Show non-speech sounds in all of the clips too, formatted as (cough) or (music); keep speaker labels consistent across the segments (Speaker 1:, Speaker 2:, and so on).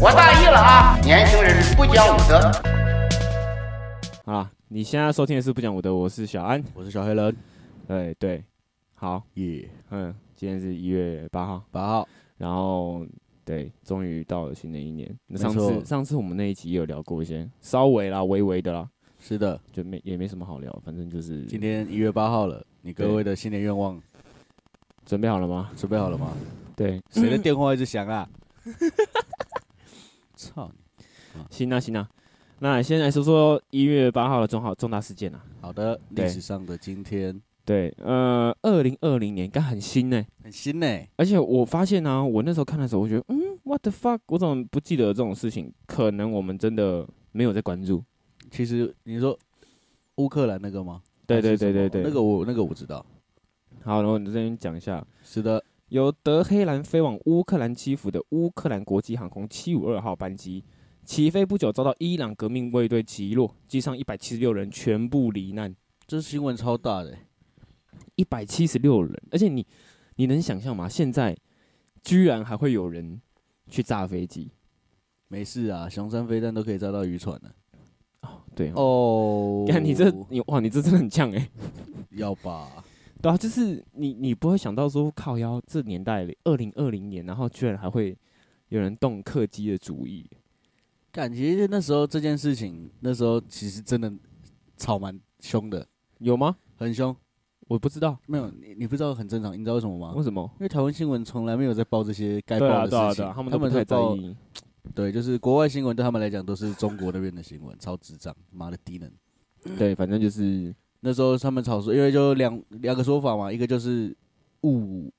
Speaker 1: 我大意了啊！年轻人不讲武德。
Speaker 2: 好啦，你现在收听的是不讲武德，我是小安，
Speaker 3: 我是小黑人，
Speaker 2: 对对，好，
Speaker 3: 耶，
Speaker 2: 嗯，今天是一月八号，
Speaker 3: 八号，
Speaker 2: 然后对，终于到了新的一年。那
Speaker 3: 没
Speaker 2: 上
Speaker 3: 错
Speaker 2: 次上次我们那一集也有聊过一些稍微啦、微微的啦，
Speaker 3: 是的，
Speaker 2: 就没也没什么好聊，反正就是
Speaker 3: 今天一月八号了，你各位的新年愿望
Speaker 2: 准备好了吗？
Speaker 3: 准备好了吗？
Speaker 2: 嗯对，
Speaker 3: 谁的电话一直响啊？
Speaker 2: (laughs)
Speaker 3: 操你！
Speaker 2: 行啊行啊，那先来说说一月八号的重好重大事件啊。
Speaker 3: 好的，
Speaker 2: 对
Speaker 3: 历史上的今天
Speaker 2: 对，呃，二零二零年刚很新呢、
Speaker 3: 很新呢，
Speaker 2: 而且我发现呢、我那时候看的时候，我觉得，嗯，what the fuck，我怎么不记得这种事情？可能我们真的没有在关注。
Speaker 3: 其实你说乌克兰那个吗？
Speaker 2: 对对
Speaker 3: 还是
Speaker 2: 对
Speaker 3: 什么
Speaker 2: 对对，
Speaker 3: 那个我那个我知道，
Speaker 2: 好，然后你这边讲一下，
Speaker 3: 是的，
Speaker 2: 由德黑兰飞往乌克兰基辅的乌克兰国际航空752号班机，起飞不久遭到伊朗革命卫队击落，机上176人全部罹难
Speaker 3: 这新闻超大的，
Speaker 2: ，176人，而且你你能想象吗？现在居然还会有人去炸飞机？
Speaker 3: 没事啊，熊山飞弹都可以炸到渔船了。
Speaker 2: 对哦，
Speaker 3: 哦
Speaker 2: 看你这你哇，你这真的很呛哎、
Speaker 3: 要吧？
Speaker 2: 对啊，就是你你不会想到说靠腰这年代里，二零二零年，然后居然还会有人动客机的主意，
Speaker 3: 感觉那时候这件事情，那时候其实真的吵蛮凶的，
Speaker 2: 有吗？
Speaker 3: 很凶。
Speaker 2: 我不知道
Speaker 3: 没有，你你不知道很正常，你知道为什么吗？
Speaker 2: 为什么。
Speaker 3: 因为台湾新闻从来没有在报这些该报
Speaker 2: 对啊，对
Speaker 3: 啊的
Speaker 2: 啊，
Speaker 3: 事
Speaker 2: 对啊
Speaker 3: 情，，
Speaker 2: 他们
Speaker 3: 他
Speaker 2: 都不
Speaker 3: 们
Speaker 2: 太
Speaker 3: 在
Speaker 2: 在
Speaker 3: 报。 (clears throat)
Speaker 2: 意。
Speaker 3: 对，就是国外新闻对他们来讲都是中国那边的新闻，超智障，妈的低能。
Speaker 2: 对，反正就是
Speaker 3: 那时候他们吵说，因为就两两个说法嘛，一个就是误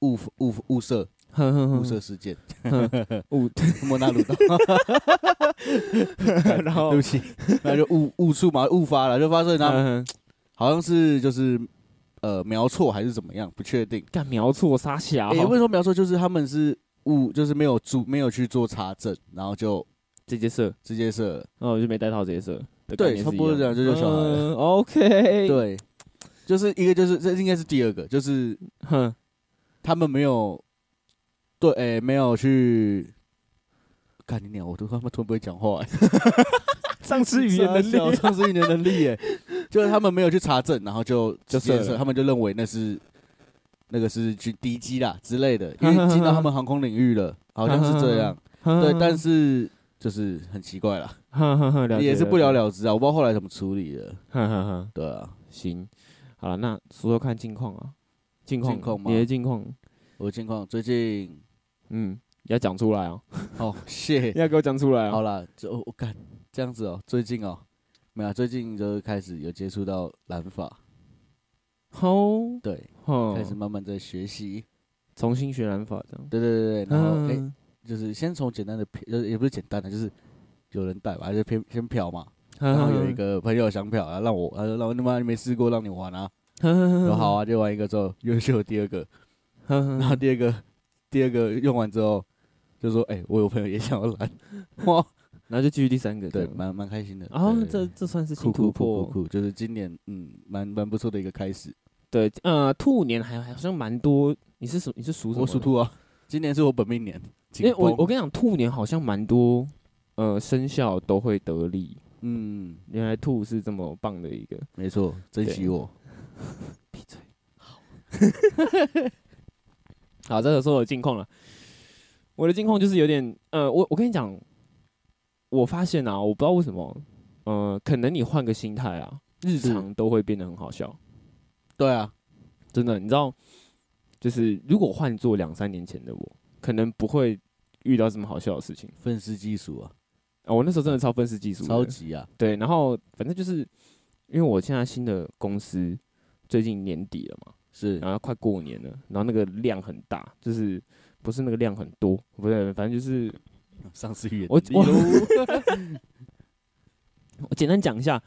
Speaker 3: 误误误射
Speaker 2: 哼哼
Speaker 3: 误
Speaker 2: 哼
Speaker 3: 射事件，
Speaker 2: (laughs) 误，
Speaker 3: 莫纳鲁道，
Speaker 2: (laughs) 然后
Speaker 3: 对
Speaker 2: (laughs)
Speaker 3: 不起，那就误误触嘛，误发了，就发射
Speaker 2: 哼
Speaker 3: 他
Speaker 2: 哼
Speaker 3: 好像是就是呃瞄错还是怎么样，不确定。
Speaker 2: 干苗错哦杀小，
Speaker 3: 也为什么瞄错？就是他们是误，就是没有注没有去做查证，然后就
Speaker 2: 直接射，
Speaker 3: 直接射了。
Speaker 2: 然后哦我就没带套直接射。的
Speaker 3: 对
Speaker 2: 概念
Speaker 3: 差
Speaker 2: 是
Speaker 3: 不
Speaker 2: 一
Speaker 3: 多
Speaker 2: 样
Speaker 3: 这样就叫小孩了
Speaker 2: 嗯 OK，，
Speaker 3: 对，就是一个就是这应该是第二个，就是
Speaker 2: 哼，
Speaker 3: 他们没有对，哎、没有去。看你鸟，我都他妈突然不会讲话、 (laughs) 欸，
Speaker 2: 丧失语言能
Speaker 3: 傻小
Speaker 2: 力，
Speaker 3: 丧失语言能力、 (laughs) 欸，就是他们没有去查证，然后就
Speaker 2: 就
Speaker 3: 直接
Speaker 2: 射了
Speaker 3: 射，他们就认为那是那个是去敌机啦之类的， (laughs) 因为进到他们航空领域了，好像是这样， (laughs) 对，
Speaker 2: (laughs) 是
Speaker 3: 但是就是很奇怪啦，也
Speaker 2: 也
Speaker 3: 是不了，了之啊，我不知道后来怎么处理的，
Speaker 2: 哼哼哼，
Speaker 3: 对啊，
Speaker 2: 行，好了，那说说看近况啊，近况，
Speaker 3: 近况吗
Speaker 2: 你的近况，
Speaker 3: 我的情况最近
Speaker 2: 嗯，要讲出来哦，
Speaker 3: (laughs) 哦，谢。
Speaker 2: 要给我讲出来
Speaker 3: 好
Speaker 2: 哦，
Speaker 3: 啦，就我看这样子哦、最近哦、没有啊、最近就开始有接触到染发，
Speaker 2: 好，
Speaker 3: 对，
Speaker 2: 哼
Speaker 3: 开始慢慢在学习，
Speaker 2: 重新学染发这样，
Speaker 3: 对对对对，然后哎、
Speaker 2: 嗯
Speaker 3: 就是先从简单的撇，就是也不是简单的，啊就是有人带嘛，还是偏先漂嘛，
Speaker 2: 然
Speaker 3: 然后有一个朋友想漂，啊，让我，他说让我他妈你没试过，让你玩啊，我
Speaker 2: 有
Speaker 3: 说好啊，就玩一个之后，又是有第二个，然 (laughs)
Speaker 2: 然
Speaker 3: 后第二个第二个用完之后，就说哎、我有朋友也想要染，哇，
Speaker 2: 后就继续第三个，
Speaker 3: 对，
Speaker 2: 这样
Speaker 3: 蛮蛮开心的，
Speaker 2: 然后
Speaker 3: 对对
Speaker 2: 这
Speaker 3: 对
Speaker 2: 这算是
Speaker 3: 酷
Speaker 2: 新
Speaker 3: 酷
Speaker 2: 突
Speaker 3: 酷酷
Speaker 2: 破，
Speaker 3: 酷，就是今年嗯，蛮蛮不错的一个开始。
Speaker 2: 对，呃，兔年还好像蛮多，你是什你是属什么？
Speaker 3: 我属，兔啊，今年是我本命年。
Speaker 2: 因为我
Speaker 3: 紧绷
Speaker 2: 我跟你讲，兔年好像蛮多，呃，生肖都会得利，
Speaker 3: 嗯，
Speaker 2: 原来兔是这么棒的一个，
Speaker 3: 没错，珍惜我。
Speaker 2: 闭嘴，好，好，这个说我的近况了，我的近况就是有点，呃，我我跟你讲，我发现啊，我不知道为什么，呃，可能你换个心态啊，日
Speaker 3: 是
Speaker 2: 常都会变得很好笑。
Speaker 3: 对啊，
Speaker 2: 真的，你知道，就是如果换做两三年前的我，可能不会遇到这么好笑的事情
Speaker 3: 愤世嫉俗啊，
Speaker 2: 啊、我那时候真的超愤世嫉俗的，
Speaker 3: 超级啊，
Speaker 2: 对。然后反正就是，因为我现在新的公司最近年底了嘛，
Speaker 3: (laughs) 是
Speaker 2: 然后快过年了，然后那个量很大，就是不是那个量很多，不对，反正就是
Speaker 3: 丧失语言
Speaker 2: 我
Speaker 3: 能力喽。 (laughs)
Speaker 2: 我简单讲一下，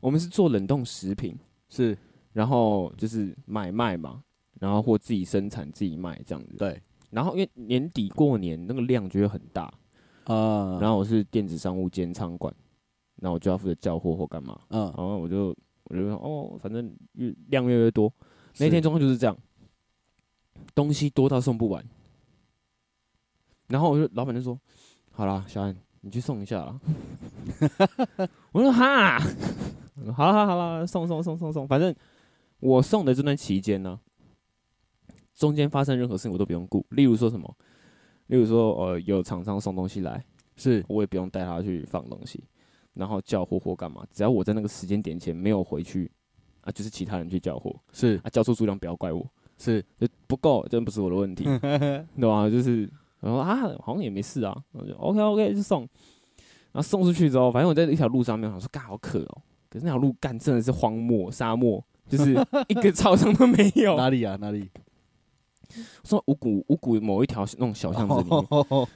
Speaker 2: 我们是做冷冻食品，
Speaker 3: 是
Speaker 2: 然后就是买卖嘛，然后或自己生产自己卖这样子。
Speaker 3: (laughs) 对
Speaker 2: 然后因为年底过年那个量就会很大，
Speaker 3: 啊，
Speaker 2: 然后我是电子商务兼仓管，那我就要负责叫货或干嘛，
Speaker 3: 嗯，
Speaker 2: 然后我就我就说哦，反正越量越来越多，那
Speaker 3: 是
Speaker 2: 天状况就是这样，东西多到送不完，然后我就老板就说，好啦，小安，你去送一下啦。 (laughs) 我说哈，好啦好啦，送送送送送，反正我送的这段期间呢、中间发生任何事情我都不用顾，例如说什么，例如说呃有厂商送东西来，
Speaker 3: 是
Speaker 2: 我也不用带他去放东西，然后叫货或干嘛，只要我在那个时间点前没有回去啊，就是其他人去叫货
Speaker 3: 是
Speaker 2: 啊，叫错数量不要怪我，
Speaker 3: 是，
Speaker 2: 就不够，真不是我的问
Speaker 3: (laughs)
Speaker 2: 题，对吧、就是然后啊，好像也没事啊，我就 OK OK 就送，然后送出去之后，反正我在一条路上面，我想说干好渴哦，可是那条路干真的是荒漠沙漠，就是一个 (laughs) 超商都没有，
Speaker 3: 哪里啊哪里？
Speaker 2: 说五谷五谷某一条那种小巷子里面，
Speaker 3: (laughs) 哦，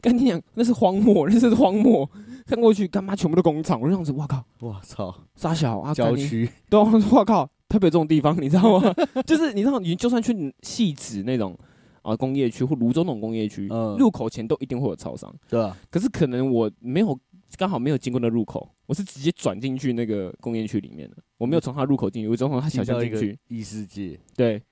Speaker 2: 干你娘，那是荒漠，那是荒漠，看过去干妈全部都工厂，我就这样子，哇靠，
Speaker 3: 我操，
Speaker 2: 傻小啊，
Speaker 3: 郊
Speaker 2: 干你
Speaker 3: 区
Speaker 2: 对啊， (laughs) 我说哇靠，特别这种地方，你知道吗？ (laughs) 就是你知道，你就算去细指那种啊、工业区或泸州那种工业区，
Speaker 3: 嗯
Speaker 2: 入口前都一定会有超商。
Speaker 3: 对啊吧？
Speaker 2: 可是可能我没有刚好没有经过那入口，我是直接转进去那个工业区里面的，我没有从它入口进去，我只
Speaker 3: (laughs)
Speaker 2: 从它小
Speaker 3: 嗯进
Speaker 2: 巷
Speaker 3: 到一
Speaker 2: 进
Speaker 3: 个
Speaker 2: 去。
Speaker 3: 异世 (laughs) 界，
Speaker 2: 对，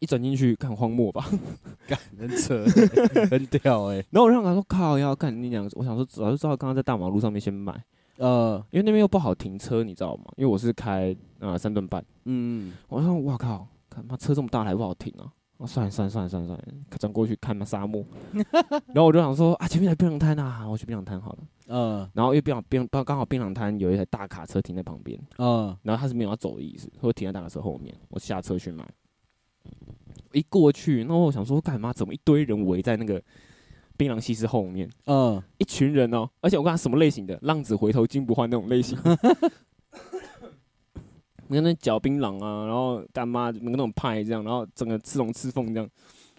Speaker 2: 一转进去看荒漠吧。 (laughs)
Speaker 3: 干很 (laughs) 扯欸，很屌哎。
Speaker 2: 然后我让他说靠要干你娘，我想说早就知道刚刚在大马路上面先买，
Speaker 3: 呃，
Speaker 2: 因为那边又不好停车，你知道吗？因为我是开啊三顿半。
Speaker 3: 嗯，
Speaker 2: 我说哇靠，看妈车这么大还不好停啊！啊，算了算了算了算了算了，转过去看嘛沙漠。然后我就想说啊，前面有槟榔摊啊，我去槟榔摊好了。
Speaker 3: 嗯
Speaker 2: 然后因为槟榔槟榔刚好槟榔摊有一台大卡车停在旁边，
Speaker 3: 嗯
Speaker 2: 然后他是没有要走的意思，会停在大卡车后面。我下车去买，一过去，那我想说干嘛？怎么一堆人围在那个槟榔西施后面？
Speaker 3: 嗯，
Speaker 2: 一群人哦，而且我看他什么类型的，浪子回头金不换那种类
Speaker 3: (laughs)
Speaker 2: 型。你看那嚼槟榔啊，然后干妈那种派这样，然后整个吃龙吃凤这样。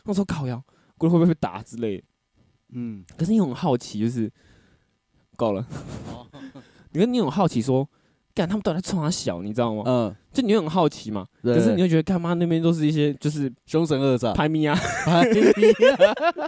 Speaker 2: 我说靠呀，过会不会被打之类的？
Speaker 3: 嗯，
Speaker 2: 可是你很好奇，就是够了。
Speaker 3: 哦
Speaker 2: (laughs) 你跟你很好奇说，干他们到底在冲他小，你知道吗？
Speaker 3: 嗯，
Speaker 2: 就你很好奇嘛，
Speaker 3: 可
Speaker 2: 可是你会觉得干妈那边都是一些就是
Speaker 3: 凶神恶煞，
Speaker 2: 拍咪啊，
Speaker 3: 排咪啊，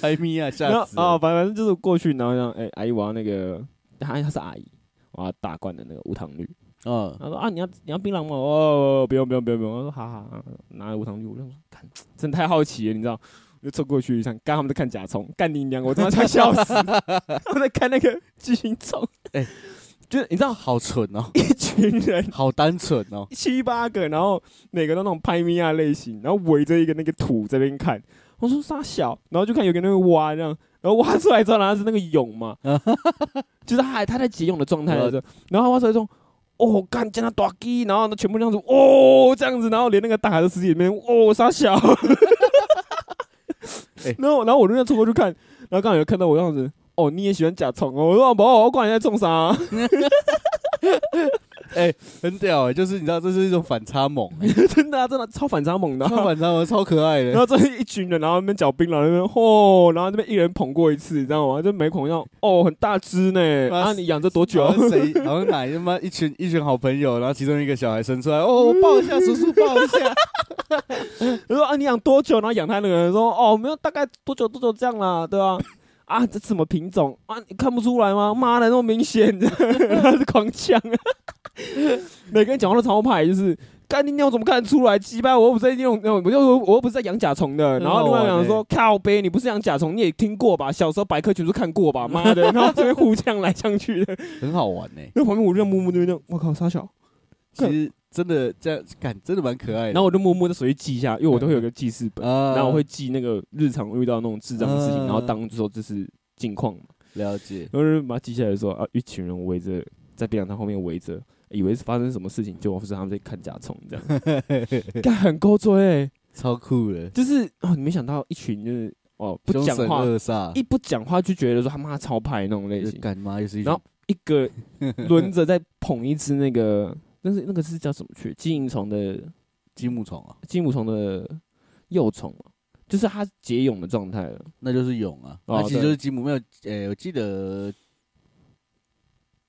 Speaker 3: 排咪啊，
Speaker 2: 然
Speaker 3: (laughs) 吓
Speaker 2: 后
Speaker 3: 死
Speaker 2: 啊，
Speaker 3: 了！
Speaker 2: 反反正就是过去，然后让哎、阿姨我要那个，她她是阿姨，我要大罐的那个无糖绿。
Speaker 3: 嗯，
Speaker 2: 她说啊你要你要槟榔吗？哦不用不用不用不用。我说好好，好拿了无糖绿，我就说看真的太好奇了，你知道。我就凑过去一看，刚他们在看甲虫，干你娘！我他妈快笑死！ (laughs) 我在看那个巨型虫，
Speaker 3: 哎
Speaker 2: 就是你知道
Speaker 3: 好蠢
Speaker 2: (laughs)
Speaker 3: 哦，
Speaker 2: 一群人
Speaker 3: 好单纯哦，
Speaker 2: 七八个，然后每个都那种拍米亚类型，然后围着一个那个土这边看。我说傻小，然后就看有个那个蛙这样，然后挖出来之后，然后是那个蛹嘛，就是他还他在解蛹的状态来着，然后挖出来之后。哦，干，见他打鸡，然后呢，全部这样子，哦，这样子，然后连那个大海的司机里面，哦，傻小，
Speaker 3: 哎
Speaker 2: 然后，然后我就这样凑过去看，然后刚好有看到我这样子，哦，你也喜欢甲虫哦，我说宝，我管你在种啥、啊
Speaker 3: 很屌哎，就是你知道，这是一种反差萌 (laughs) 欸，
Speaker 2: (laughs) 真的啊，真的超反差萌的啊、
Speaker 3: 超反差萌，超可爱
Speaker 2: 然
Speaker 3: (laughs) 的。
Speaker 2: 后这一群人，然后那边嚼槟榔，那边吼，然后那边一人捧过一次，你知道吗？就每捧要哦，很大只呢。
Speaker 3: 妈
Speaker 2: 啊，你养这多久
Speaker 3: 好？像谁？好像哪一他妈一群一群好朋友，然后其中一个小孩生出来，哦， (laughs) 我抱一下，叔叔抱一 (laughs) 下，
Speaker 2: 他说啊，你养多久？然后养它那个人说哦，没有，大概多久多久这样啦，对吧、啊？这什么品种啊？你看不出来吗？妈的，那么明显，他是狂呛啊！ (laughs) 每个人讲话都超派，就是干你鸟怎么看得出来？鸡巴，我又不是在用，我又我又不是在养甲虫的。
Speaker 3: 很
Speaker 2: 然
Speaker 3: 好
Speaker 2: 后另外
Speaker 3: 玩
Speaker 2: 讲
Speaker 3: 欸
Speaker 2: 说靠呗，你不是养甲虫，你也听过吧？小时候百科全书看过吧？妈的，然后这边互呛来呛去的。
Speaker 3: 很好玩呢。
Speaker 2: 那旁边我就这样默默那边，我靠，傻小。
Speaker 3: 其实真的这样，感真的蛮可爱的。
Speaker 2: 然后我就默默在手机记一下，因为我都会有个记事本。
Speaker 3: 啊，
Speaker 2: 然后我会记那个日常遇到那种智障的事情，
Speaker 3: 嗯
Speaker 2: 然后当做就是近况嘛，
Speaker 3: 了解，
Speaker 2: 然后就把它记下来说啊，一群人围着在槟榔摊后面围着，以为是发生什么事情，结果是他们在看甲虫这样，
Speaker 3: (laughs)
Speaker 2: 干很够追、欸，
Speaker 3: 超酷的，
Speaker 2: 就是哦，你没想到一群就是哦不
Speaker 3: 凶
Speaker 2: 讲
Speaker 3: 神
Speaker 2: 话，
Speaker 3: 恶煞，
Speaker 2: 一不讲话就觉得说他妈超派那种类型，
Speaker 3: 干嘛又是一群
Speaker 2: 然后一个轮着在捧一只那个，但是那个是叫什么去？金银虫的
Speaker 3: 积木虫啊，
Speaker 2: 金母虫的幼虫嘛，就是它结蛹的状态了。
Speaker 3: 那就是蛹啊，
Speaker 2: 哦
Speaker 3: 那其实
Speaker 2: 对
Speaker 3: 就是积木，没有，呃，我记得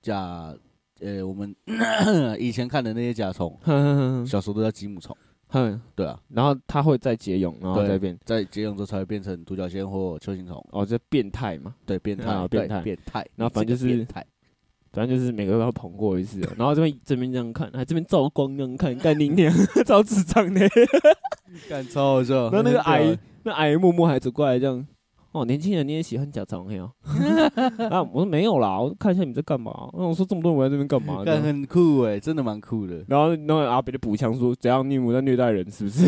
Speaker 3: 甲，呃，我们 (coughs) 以前看的那些甲虫，
Speaker 2: 嗯
Speaker 3: 小时候都叫积木虫，
Speaker 2: (laughs) 哼，
Speaker 3: 对啊，
Speaker 2: 然后它会再结蛹，然后
Speaker 3: 对
Speaker 2: 再变
Speaker 3: 在结蛹之后才会变成独角仙或球形虫，
Speaker 2: 哦，这变态嘛，
Speaker 3: 对，变态，
Speaker 2: 啊
Speaker 3: 对
Speaker 2: 变态
Speaker 3: 变态，
Speaker 2: 然后反正
Speaker 3: 你这个
Speaker 2: 就是
Speaker 3: 变态，
Speaker 2: 反正就是每个都要捧过一次哦、然后这边这边这样看，还这边照光这样看，干你
Speaker 3: (laughs)
Speaker 2: 娘，照智障的。
Speaker 3: 干超好笑，啊
Speaker 2: 然后那个
Speaker 3: 哦很屌欸
Speaker 2: 阿姨，那阿姨默默还走过来这样，哦，年轻人你也喜欢假长
Speaker 3: (laughs)
Speaker 2: 黑啊？啊，我说没有啦，我看一下你们在干嘛。那我说这么多人围在这边干嘛？
Speaker 3: 但很酷哎、真的蛮
Speaker 2: (laughs)
Speaker 3: 酷的。
Speaker 2: 然后，然后阿北就补枪说：“怎样，你母在虐待人是不是？”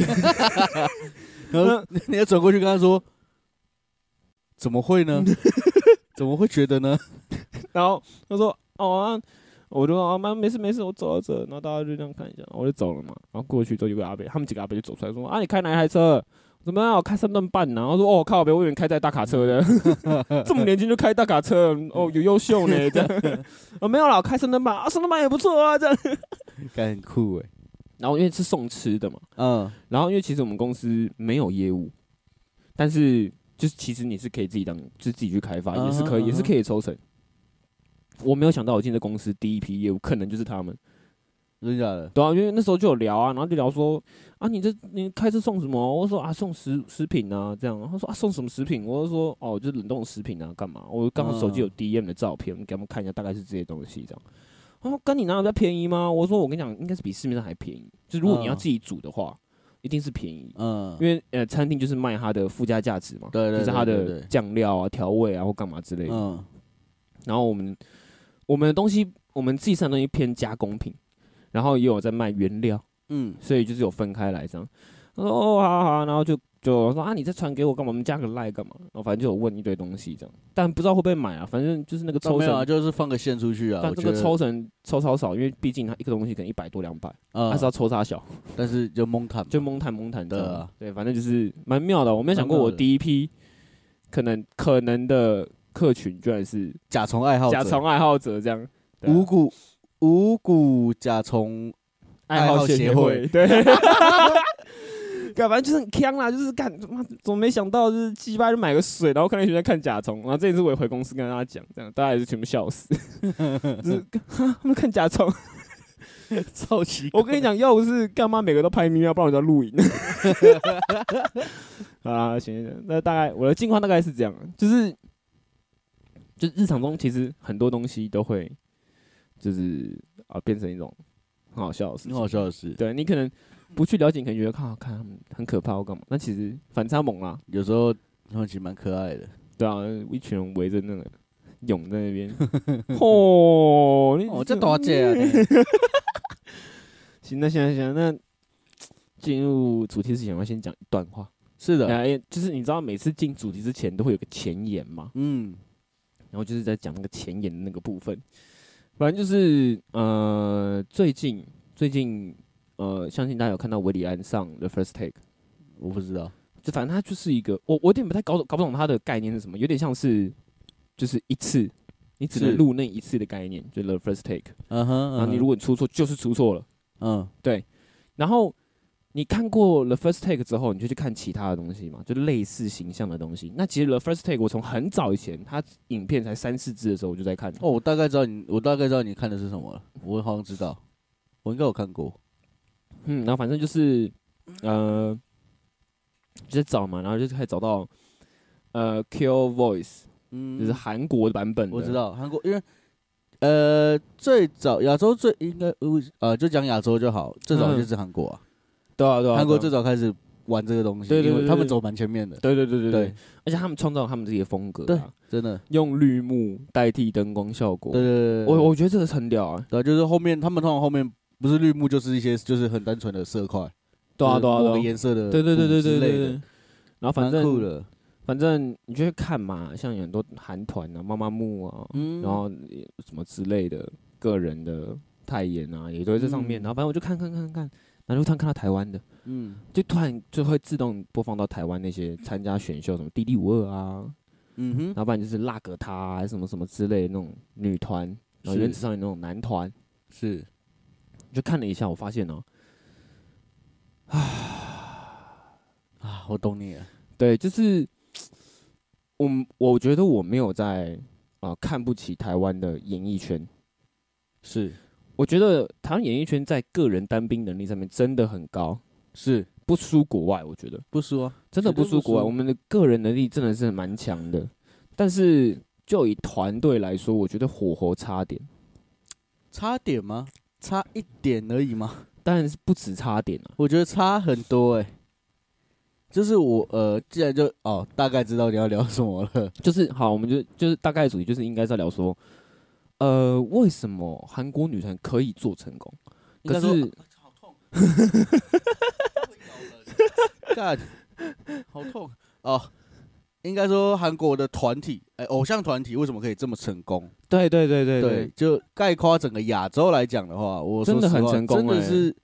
Speaker 3: 然后 (laughs) 你要转过去跟他说，怎么会
Speaker 2: (laughs)
Speaker 3: 呢？怎么会觉得呢？
Speaker 2: 然后他说：“哦啊。”我就说：“啊妈，没事没事，我走到这。”然后大家就这样看一下，我就走了嘛。然后过去之后，有个阿北，他们几个阿北就走出来说：“啊，你开哪一台车？”怎么啊样？我开三顿半呢、然后说：“哦靠北，我以为你开在大卡车的，这么年轻就开大卡车，哦，有优秀呢。”这样，哦没有啦，我开三顿半啊，三顿半也不错啊。这样， (laughs)
Speaker 3: 感觉很酷哎、
Speaker 2: 然后因为是送吃的嘛，
Speaker 3: 嗯，
Speaker 2: 然后因为其实我们公司没有业务，但是就是其实你是可以自己当，就是自己去开发，
Speaker 3: 嗯哼
Speaker 2: 也是可以，
Speaker 3: 嗯哼
Speaker 2: 也是可以抽成。我没有想到我进这公司第一批业务可能就是他们，
Speaker 3: 真的假的？
Speaker 2: 对啊，因为那时候就有聊啊，然后就聊说啊，你这你开车送什么？我说啊，送食食品啊，这样。然后说啊，送什么食品？我就说哦，就是冷冻食品啊，干嘛？我刚好手
Speaker 3: 嗯
Speaker 2: 机有 DM 的照片，给他们看一下，大概是这些东西这样。他说跟你哪有在便宜吗？我说我跟你讲，应该是比市面上还便宜。就如果你要
Speaker 3: 嗯
Speaker 2: 自己煮的话，一定是便宜。
Speaker 3: 嗯，
Speaker 2: 因为呃，餐厅就是卖它的附加价值嘛，
Speaker 3: 对对
Speaker 2: 就是它
Speaker 3: 对对
Speaker 2: 的
Speaker 3: 对
Speaker 2: 酱料啊、调味啊或干嘛之类的。
Speaker 3: 嗯
Speaker 2: 然后我们我们的东西，我们自己上的东西偏加工品，然后也有在卖原料，
Speaker 3: 嗯，
Speaker 2: 所以就是有分开来这样。他说哦，好好好，然后就就说啊，你再传给我干嘛？我们加个 like 干嘛？然后反正就有啊问一堆东西这样，但不知道会不会买啊，反正就是那个
Speaker 3: 抽
Speaker 2: 抽
Speaker 3: 没有啊，
Speaker 2: 成。
Speaker 3: 就是放个线出去啊。
Speaker 2: 但
Speaker 3: 我
Speaker 2: 这
Speaker 3: 觉
Speaker 2: 个
Speaker 3: 得
Speaker 2: 抽成抽超少，因为毕竟它一个东西可能一百多两百，
Speaker 3: 嗯
Speaker 2: 它是要抽差小，
Speaker 3: 但是就蒙坦嘛，
Speaker 2: 就蒙谈蒙谈这
Speaker 3: 对啊
Speaker 2: 样。对，反正就是蛮妙的。我没有想过，
Speaker 3: 蛮妙
Speaker 2: 我
Speaker 3: 的
Speaker 2: 第一批可能可能的客群居然是
Speaker 3: 甲虫爱好者
Speaker 2: 甲虫爱好者这样，对啊
Speaker 3: 五谷五谷甲虫，
Speaker 2: 爱好协
Speaker 3: 爱好协会
Speaker 2: 对。
Speaker 3: (laughs)
Speaker 2: 干，反正就是很坑啦，就是干，妈怎么没想到，就是鸡巴就买个水，然后看到一群人在看甲虫，然后这一次我也回公司跟大家讲，这样大家也是全部笑
Speaker 3: (laughs)
Speaker 2: 死，就是哈他们看甲虫，
Speaker 3: 超级
Speaker 2: (laughs) 我跟你讲，要不是干妈每个都拍咪喵，不然我就要录影。 (laughs) 好啦，行行，行那大概我的近况大概是这样，啊就是就是日常中其实很多东西都会就是啊变成一种很好笑的事
Speaker 3: 很
Speaker 2: 情。
Speaker 3: 好笑的是，
Speaker 2: 对你可能不去了解，你可能觉得靠看他们很可怕或干嘛，那其实反差萌啦，
Speaker 3: 有时候他们其实蛮可爱 (laughs) 的。
Speaker 2: 对啊，一群人围着那个涌在那
Speaker 3: (laughs)
Speaker 2: 边，哦，你
Speaker 3: 哦，这大姐啊， (laughs)
Speaker 2: 行，那行行行，那进入主题之前，我要先讲一段话。
Speaker 3: 是的，
Speaker 2: 哎，就是你知道每次进主题之前都会有个前言嘛，
Speaker 3: 嗯，
Speaker 2: 然后就是在讲那个前言的那个部分。反正就是呃，最近最近呃，相信大家有看到韦礼安上《The First Take》，
Speaker 3: 我不知道，
Speaker 2: 就反正他就是一个我我有点不太搞懂搞不懂他的概念是什么，有点像是就是一次你只能
Speaker 3: 是
Speaker 2: 录那一次的概念，就 The First Take。
Speaker 3: 嗯哼，
Speaker 2: 然后你
Speaker 3: 嗯
Speaker 2: 如果你出错就是出错了。
Speaker 3: 嗯
Speaker 2: 然后你看过《The First Take》之后，你就去看其他的东西嘛，就类似形象的东西。那其实《The First Take》我从很早以前，它影片才三四支的时候我就在看。
Speaker 3: 哦，我大概知道你，我大概知道你看的是什么了，我好像知道，我应该有看过，
Speaker 2: 嗯，然后反正就是呃，就在找嘛，然后就开始找到呃《Kill Voice》，
Speaker 3: 嗯，
Speaker 2: 就是韩国的版本的
Speaker 3: 我知，道韩国，因为呃最早亚洲最应该呃呃就讲亚洲就好，最早
Speaker 2: 嗯
Speaker 3: 就是韩国啊，
Speaker 2: 对啊对啊，
Speaker 3: 韩国
Speaker 2: 对
Speaker 3: 最
Speaker 2: 啊
Speaker 3: 早开始玩这个东西，
Speaker 2: 对对
Speaker 3: 因为
Speaker 2: 对
Speaker 3: 他
Speaker 2: 对
Speaker 3: 们
Speaker 2: 对
Speaker 3: 走蛮前面的，
Speaker 2: 对对对对对
Speaker 3: 对，
Speaker 2: 而且他们创造了他们自己的风格
Speaker 3: 对
Speaker 2: 啊，
Speaker 3: 真的，
Speaker 2: 用绿幕代替灯光效果
Speaker 3: 对。对对，对
Speaker 2: 我我觉得这个是很屌啊，
Speaker 3: 对，就是后面他们通常后面不是绿幕，就是一些就是很单纯的色块，
Speaker 2: 对啊
Speaker 3: 就是
Speaker 2: 对啊
Speaker 3: 某个
Speaker 2: 对啊，
Speaker 3: 颜色的，
Speaker 2: 对对对对对对对。
Speaker 3: 的，
Speaker 2: 然后反
Speaker 3: 蛮
Speaker 2: 正
Speaker 3: 酷的，
Speaker 2: 反正你就去看嘛，像有很多韩团啊、妈妈木啊，
Speaker 3: 嗯
Speaker 2: 然后什么之类的，个人的泰妍啊，也都会在上面。
Speaker 3: 嗯
Speaker 2: 然后反正我就看看看看，然后就突然看到台湾的，
Speaker 3: 嗯
Speaker 2: 就突然就会自动播放到台湾那些参加选秀什么 D D 五二啊，
Speaker 3: 嗯
Speaker 2: 然
Speaker 3: 哼，
Speaker 2: 后不然就是辣格他、啊、什么什么之类的那种女团，然后
Speaker 3: 是
Speaker 2: 原子少年那种男团，
Speaker 3: 是
Speaker 2: 就看了一下，我发现哦、
Speaker 3: 啊，我懂你了，
Speaker 2: 对，就是我我觉得我没有在啊、呃看不起台湾的演艺圈。
Speaker 3: 是
Speaker 2: 我觉得台湾演艺圈在个人单兵能力上面真的很高，
Speaker 3: 是
Speaker 2: 不输国外。我觉得
Speaker 3: 不输啊，
Speaker 2: 真的
Speaker 3: 绝对
Speaker 2: 不输国外，
Speaker 3: 不输
Speaker 2: 我们的个人能力真的是蛮强的。但是就以团队来说，我觉得火候差点，
Speaker 3: 差点吗？差一点而已吗？
Speaker 2: 当然是不止差点啊，
Speaker 3: 我觉得差很多哎、欸就是我呃，既然就哦，大概知道你要聊什么了。
Speaker 2: 就是好，我们就就是大概的主题就是应该是要聊说，呃，为什么韩国女团可以做成功？可是
Speaker 3: 好痛， (laughs) 干，好痛哦。应该说韩国的团体，哎、偶像团体为什么可以这么成功？
Speaker 2: 对对对对
Speaker 3: 对，，就概括整个亚洲来讲的话，我说
Speaker 2: 真的
Speaker 3: 实话
Speaker 2: 很成功
Speaker 3: 真的
Speaker 2: 哎
Speaker 3: 是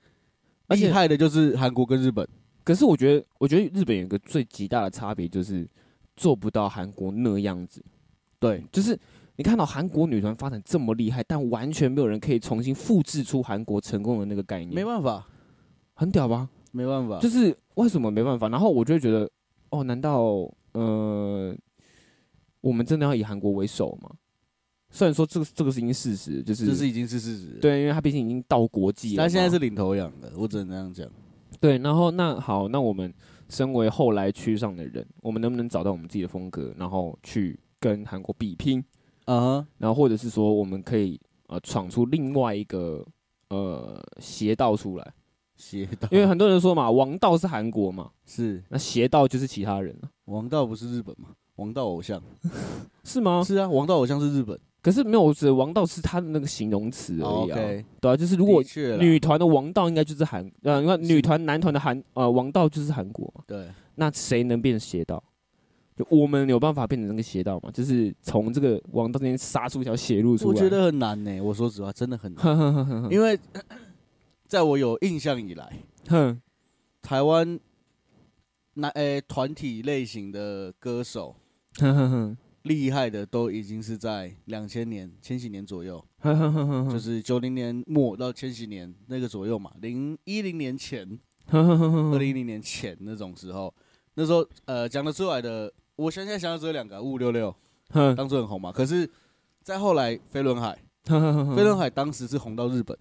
Speaker 2: 而且
Speaker 3: 厉害的就是韩国跟日本。
Speaker 2: 可是我觉得，我觉得日本有一个最极大的差别就是做不到韩国那样子。
Speaker 3: 对，
Speaker 2: 就是你看到韩国女团发展这么厉害，但完全没有人可以重新复制出韩国成功的那个概念，
Speaker 3: 没办法，
Speaker 2: 很屌吧？
Speaker 3: 没办法，
Speaker 2: 嗯就是为什么没办法？然后我就会觉得，哦，难道呃，我们真的要以韩国为首吗？虽然说这个这个是已经事实，就是
Speaker 3: 这是已经是事实。，
Speaker 2: 对，因为他毕竟已经到国际了嘛，
Speaker 3: 他现在是领头羊了，我只能这样讲。
Speaker 2: 对，然后那好，那我们身为后来区上的人，我们能不能找到我们自己的风格，然后去跟韩国比拼，
Speaker 3: 啊、
Speaker 2: 然后或者是说我们可以呃闯出另外一个呃邪道出来？
Speaker 3: 邪道，
Speaker 2: 因为很多人说嘛，王道是韩国嘛，
Speaker 3: 是
Speaker 2: 那邪道就是其他人了，
Speaker 3: 王道不是日本吗？王道偶像、
Speaker 2: 是吗？
Speaker 3: 是啊，王道偶像是日本。
Speaker 2: 可是没有，我指的王道是他的那个形容词而已啊。
Speaker 3: 哦 OK，
Speaker 2: 对啊，就是如果
Speaker 3: 的确啦
Speaker 2: 女团的王道应该就是韩，呃，你看
Speaker 3: 是
Speaker 2: 女团、男团的韩，呃，王道就是韩国嘛。
Speaker 3: 对
Speaker 2: 那谁能变邪道？就我们有办法变成那个邪道吗？就是从这个王道之间杀出一条血路出来。
Speaker 3: 我觉得很难呢、我说实话，真的很难，
Speaker 2: 哼，哼哼哼哼
Speaker 3: 因为 (coughs) 在我有印象以来，
Speaker 2: 哼，
Speaker 3: 台湾那诶团体类型的歌手
Speaker 2: 哼哼哼
Speaker 3: 厉害的都已经是在两千年、千禧年左右，
Speaker 2: 哼哼哼哼，
Speaker 3: 就是九零年末到千禧年那个左右嘛，零一零年前、
Speaker 2: 哼哼哼哼
Speaker 3: 二
Speaker 2: 哼
Speaker 3: 零一零年前那种时候，那时候呃讲得出来的，我现在想的只有两个五五六六，
Speaker 2: 哼
Speaker 3: 当初很红嘛，可是。再后来，飞轮海，
Speaker 2: 哼哼哼，
Speaker 3: 飞轮海当时是红到日本，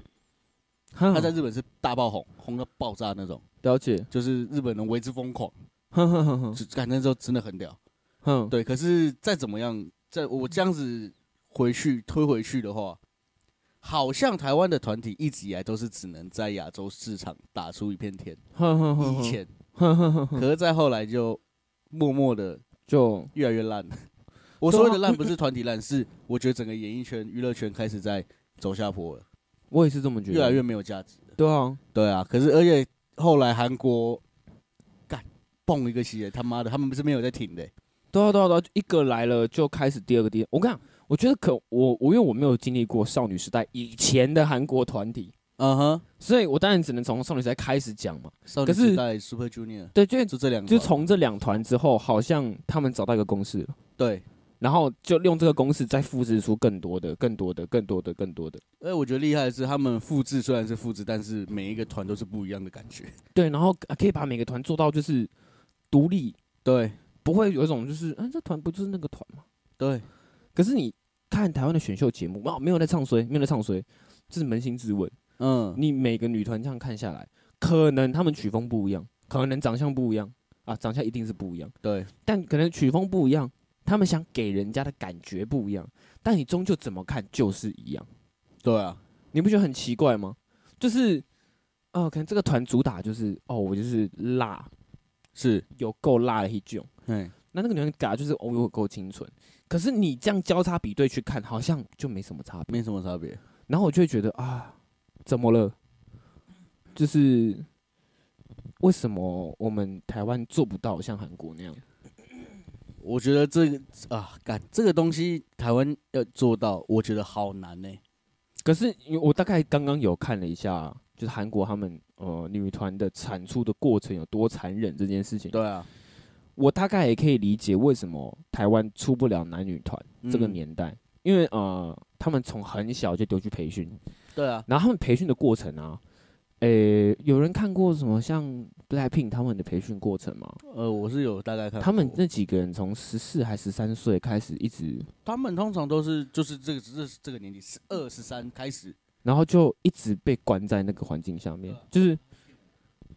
Speaker 2: 他
Speaker 3: 他在日本是大爆红，红到爆炸那种，
Speaker 2: 了解，
Speaker 3: 就是日本人为之疯狂，
Speaker 2: 哼哼哼哼
Speaker 3: 就感那时候真的很屌。
Speaker 2: 哼，
Speaker 3: 对，可是再怎么样，在我这样子回去推回去的话，好像台湾的团体一直以来都是只能在亚洲市场打出一片天。
Speaker 2: 哼哼嗯哼哼，
Speaker 3: 以
Speaker 2: (laughs)
Speaker 3: 前，
Speaker 2: 哼哼哼哼，
Speaker 3: 可是再后来就默默的
Speaker 2: 就
Speaker 3: 越来越烂。
Speaker 2: 啊
Speaker 3: 我所谓的烂不是团体烂，是我觉得整个演艺圈、娱乐圈开始在走下坡了，
Speaker 2: 我也是这么觉得，
Speaker 3: 越来越没有价值了。
Speaker 2: 对啊，
Speaker 3: 对啊，可是而且后来韩国干蹦一个起来，他妈的，他们是没有在挺的、欸
Speaker 2: 对啊，对啊，对啊，一个来了就开始第二个第二。我跟你讲，我觉得可我我因为我没有经历过少女时代以前的韩国团体，
Speaker 3: 嗯哼，
Speaker 2: 所以我当然只能从少女时代开始讲嘛。
Speaker 3: 少
Speaker 2: 可
Speaker 3: 女时
Speaker 2: 是
Speaker 3: 代、Super Junior
Speaker 2: 对，就
Speaker 3: 就这两个
Speaker 2: 就
Speaker 3: 吧，
Speaker 2: 从这两团之后，好像他们找到一个公式了，
Speaker 3: 对
Speaker 2: 然后就用这个公式再复制出更多的、更多的、更多的、更多的。
Speaker 3: 哎，我觉得厉害的是，他们复制虽然是复制，但是每一个团都是不一样的感觉。
Speaker 2: 对，然后呃可以把每个团做到就是独立，
Speaker 3: 对
Speaker 2: 不会有一种就是，啊，这团不就是那个团吗？
Speaker 3: 对，
Speaker 2: 可是你看台湾的选秀节目，哇，哦没有在唱衰，没有在唱衰，这是扪心自问。
Speaker 3: 嗯，
Speaker 2: 你每个女团这样看下来，可能她们曲风不一样，可能长相不一样啊，长相一定是不一样，
Speaker 3: 对
Speaker 2: 但可能曲风不一样，她们想给人家的感觉不一样，但你终究怎么看就是一样，
Speaker 3: 对啊，
Speaker 2: 你不觉得很奇怪吗？就是，哦、可能这个团主打就是哦，我就是辣，
Speaker 3: 是，
Speaker 2: 有够辣的一种。
Speaker 3: 哎，
Speaker 2: 那那个女人打就是哦，有够清纯，可是你这样交叉比对去看，好像就没什么差别。
Speaker 3: 没什么差别。
Speaker 2: 然后我就会觉得啊，怎么了？就是为什么我们台湾做不到像韩国那样？
Speaker 3: 我觉得这个啊，干这个东西，台湾要做到，我觉得好难呢、
Speaker 2: 可是因为我大概刚刚有看了一下，就是韩国他们呃女团的产出的过程有多残忍这件事情，
Speaker 3: 对啊，
Speaker 2: 我大概也可以理解为什么台湾出不了男女团这个
Speaker 3: 嗯，
Speaker 2: 年代，因为呃他们从很小就丢去培训，
Speaker 3: 对啊，
Speaker 2: 然后他们培训的过程啊，诶、有人看过什么像 BLACKPINK 他们的培训过程吗？
Speaker 3: 呃，我是有大概看过。
Speaker 2: 他们那几个人从十四还十三岁开始一直，
Speaker 3: 他们通常都是就是这个这这个年纪，十二十三开始，
Speaker 2: 然后就一直被关在那个环境下面，就是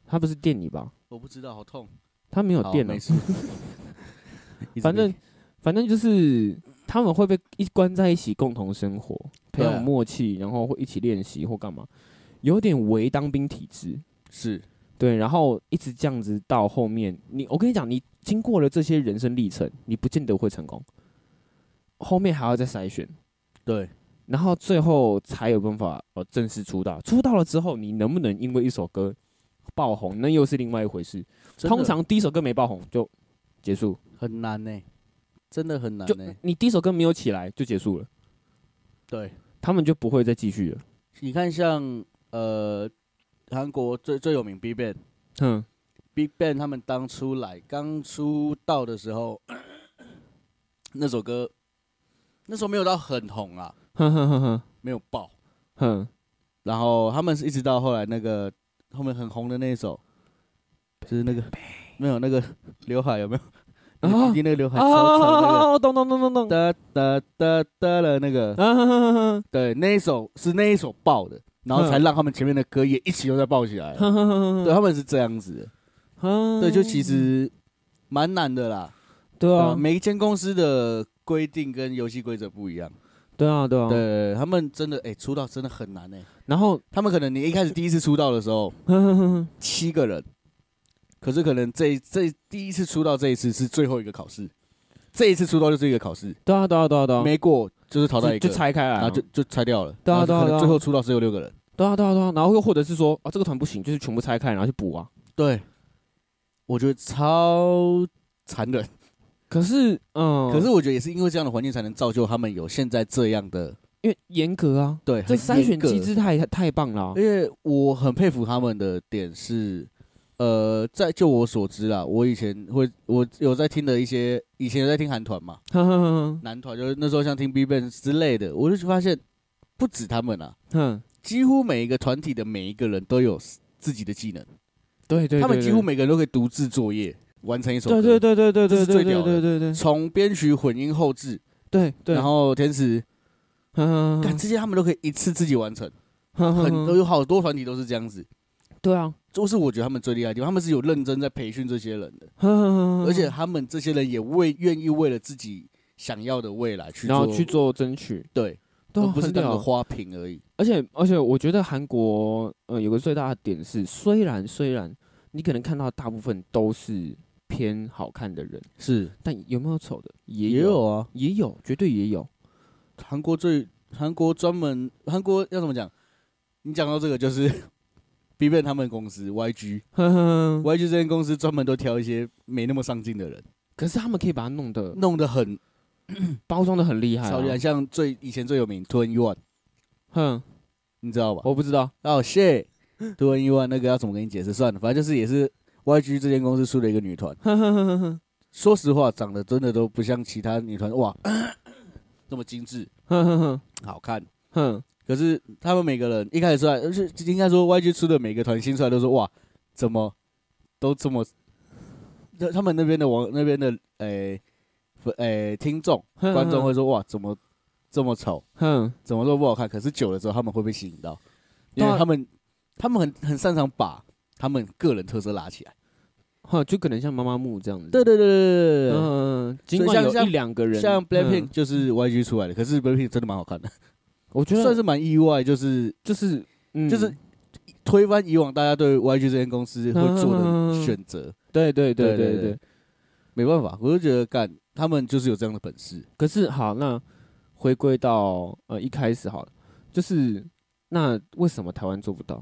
Speaker 2: 他不是电你吧？
Speaker 3: 我不知道，好痛。
Speaker 2: 他没有啊
Speaker 3: 好
Speaker 2: 电了 (laughs)
Speaker 3: 没，事。 (laughs) 一直
Speaker 2: 反正
Speaker 3: 没
Speaker 2: 反正就是他们会被一关在一起共同生活，培
Speaker 3: 对啊
Speaker 2: 养默契，然后会一起练习或干嘛，有点为当兵体质。
Speaker 3: 是
Speaker 2: 对，然后一直这样子到后面，你我跟你讲，你经过了这些人生历程，你不见得会成功，后面还要再筛选，
Speaker 3: 对，
Speaker 2: 然后最后才有办法呃正式出道。出道了之后，你能不能因为一首歌爆红，那又是另外一回事。
Speaker 3: 真的
Speaker 2: 通常第一首歌没爆红就结束，
Speaker 3: 很难呢、真的很难
Speaker 2: 就
Speaker 3: 呢、
Speaker 2: 你第一首歌没有起来就结束了，
Speaker 3: 对，
Speaker 2: 他们就不会再继续了。
Speaker 3: 你看像呃韩国最最有名 Big Bang。
Speaker 2: 嗯，
Speaker 3: Big Bang 他们当初来刚出道的时候， (clears throat) 那首歌那时候没有到很红啊，
Speaker 2: 哼哼哼哼
Speaker 3: 没有爆。
Speaker 2: 哼，
Speaker 3: 然后他们是一直到后来那个后面很红的那一首，就是那个没有那个刘海有没有？
Speaker 2: 啊
Speaker 3: 你你那个刘海超长那个
Speaker 2: 哦，懂懂懂懂懂，
Speaker 3: 哒哒哒哒的那个，
Speaker 2: 啊哼哼哼
Speaker 3: 对，那一首是那一首爆的，然后才
Speaker 2: 嗯
Speaker 3: 让他们前面的歌也一起又再爆起来。
Speaker 2: 哼哼哼，
Speaker 3: 对，他们是这样子的，
Speaker 2: 哼，
Speaker 3: 对，就其实蛮难的啦。
Speaker 2: 啊嗯对
Speaker 3: 对
Speaker 2: 啊
Speaker 3: 啊，，每一间公司的规定跟游戏规则不一样。
Speaker 2: 对啊，对啊，
Speaker 3: 对，他们真的哎、出道真的很难哎、
Speaker 2: 然后， (laughs) 啊
Speaker 3: 他们可能你一开始第一次出道的时候
Speaker 2: 哼哼哼，
Speaker 3: 七个人，可是可能这这第一次出道这一次是最后一个考试，这一次出道就是一个考试，
Speaker 2: 对啊，对啊，对啊，对啊，
Speaker 3: 没过就是淘汰
Speaker 2: 就
Speaker 3: 一个，
Speaker 2: 就拆开来
Speaker 3: 然
Speaker 2: 啊，
Speaker 3: 后就就拆掉了。
Speaker 2: 对啊
Speaker 3: 然后
Speaker 2: 对啊
Speaker 3: 可能
Speaker 2: 对啊
Speaker 3: 最后出道只有六个人。
Speaker 2: 对啊，对啊，对啊，然后又或者是说啊，这个团不行，就是全部拆开，然后去补啊。
Speaker 3: 对，我觉得超残忍，
Speaker 2: 可是，嗯，
Speaker 3: 可是我觉得也是因为这样的环境才能造就他们有现在这样的
Speaker 2: 因为严格啊，
Speaker 3: 对
Speaker 2: 这
Speaker 3: 很
Speaker 2: 筛选
Speaker 3: 严格
Speaker 2: 机制太太棒了啊
Speaker 3: 而。且我很佩服他们的点是，呃，在就我所知啦，我以前会我有在听的一些，以前有在听韩团嘛，
Speaker 2: 哼哼 (laughs) 哼
Speaker 3: 男团就是那时候像听 B i g Ban g 之类的，我就发现不止他们啊，
Speaker 2: 哼，
Speaker 3: 几乎每一个团体的每一个人都有自己的技能，
Speaker 2: 对对，
Speaker 3: 他们
Speaker 2: 对
Speaker 3: 几乎每个人都可以独自作业完成一首歌，
Speaker 2: 对对对对对
Speaker 3: 这
Speaker 2: 对
Speaker 3: 是
Speaker 2: 对
Speaker 3: 最
Speaker 2: 对
Speaker 3: 屌
Speaker 2: 对
Speaker 3: 的
Speaker 2: 对对
Speaker 3: 从编曲、混音、后置，
Speaker 2: 对对，(laughs)
Speaker 3: 然后填词，
Speaker 2: 哼哼
Speaker 3: 干
Speaker 2: 哼
Speaker 3: 这些他们都可以一次自己完成，
Speaker 2: 嗯哼哼
Speaker 3: 很
Speaker 2: 哼
Speaker 3: 都有好多团体都是这样子，
Speaker 2: 对 (laughs) 啊，
Speaker 3: 就是我觉得他们最厉害的地方，他们是有认真在培训这些人的。
Speaker 2: 哼哼嗯哼哼
Speaker 3: 而且他们这些人也为愿意为了自己想要的未来去
Speaker 2: 然后
Speaker 3: 做
Speaker 2: 去做争取，
Speaker 3: 对，
Speaker 2: 对啊，
Speaker 3: 而不是
Speaker 2: 很
Speaker 3: 当
Speaker 2: 屌
Speaker 3: 个花瓶而已。
Speaker 2: 而且而且，我觉得韩国呃有个最大的点是，虽然虽然你可能看到大部分都是偏好看的人，
Speaker 3: 是
Speaker 2: 但有没有丑的也
Speaker 3: 也
Speaker 2: 有
Speaker 3: 有啊，
Speaker 2: 也有，绝对也
Speaker 3: (laughs)
Speaker 2: 有。
Speaker 3: 韩国最韩国专门韩国要怎么讲？你讲到这个就是 (laughs) B 站他们公司 YG，YG
Speaker 2: 哼哼哼，
Speaker 3: 这间公司专门都挑一些没那么上进的人，
Speaker 2: 可是他们可以把它弄得
Speaker 3: 弄得很
Speaker 2: 包装的很厉害、啊，
Speaker 3: 超厉害。像最以前最有名 Twenty One，
Speaker 2: 哼，
Speaker 3: 你知道吧？
Speaker 2: 我不知道。 (laughs)
Speaker 3: 哦、shit，Twenty One 那个要怎么跟你解释？算了，反正就是也是 YG 这间公司出了一个女团。
Speaker 2: 哼哼哼哼哼
Speaker 3: 说实话，长得真的都不像其他女团哇 (coughs) 这么精致
Speaker 2: 哼哼哼
Speaker 3: 好看。
Speaker 2: 哼，
Speaker 3: 可是他们每个人一开始出来，就是应该说 YG 出的每个团新出来都说哇，怎么都这么，那他们那边的网那边的诶诶、呃听众
Speaker 2: 哼
Speaker 3: 观众会说哇，怎么这么丑，
Speaker 2: 哼，
Speaker 3: 怎么都不好看。可是久了之后，他们会被吸引到，因
Speaker 2: 当
Speaker 3: 为
Speaker 2: 然
Speaker 3: 他们他们很很擅长把他们个人特色拉起来。
Speaker 2: 哼，就可能像妈妈木这样子。
Speaker 3: 对对对对对对。
Speaker 2: 嗯，尽
Speaker 3: 所以
Speaker 2: 管
Speaker 3: 像
Speaker 2: 有
Speaker 3: 像
Speaker 2: 一两个人，
Speaker 3: 像 Blackpink
Speaker 2: 嗯
Speaker 3: 就是 YG 出来的，可是 Blackpink 真的蛮好看的，
Speaker 2: 我觉得
Speaker 3: 算是蛮意外，就是
Speaker 2: 就是嗯
Speaker 3: 就是推翻以往大家对 YG 这间公司会做的选择。
Speaker 2: 对对对对
Speaker 3: 对对
Speaker 2: 对
Speaker 3: 对。没办法，我就觉得干他们就是有这样的本事。
Speaker 2: 可是好，那回归到呃一开始好了，就是那为什么台湾做不到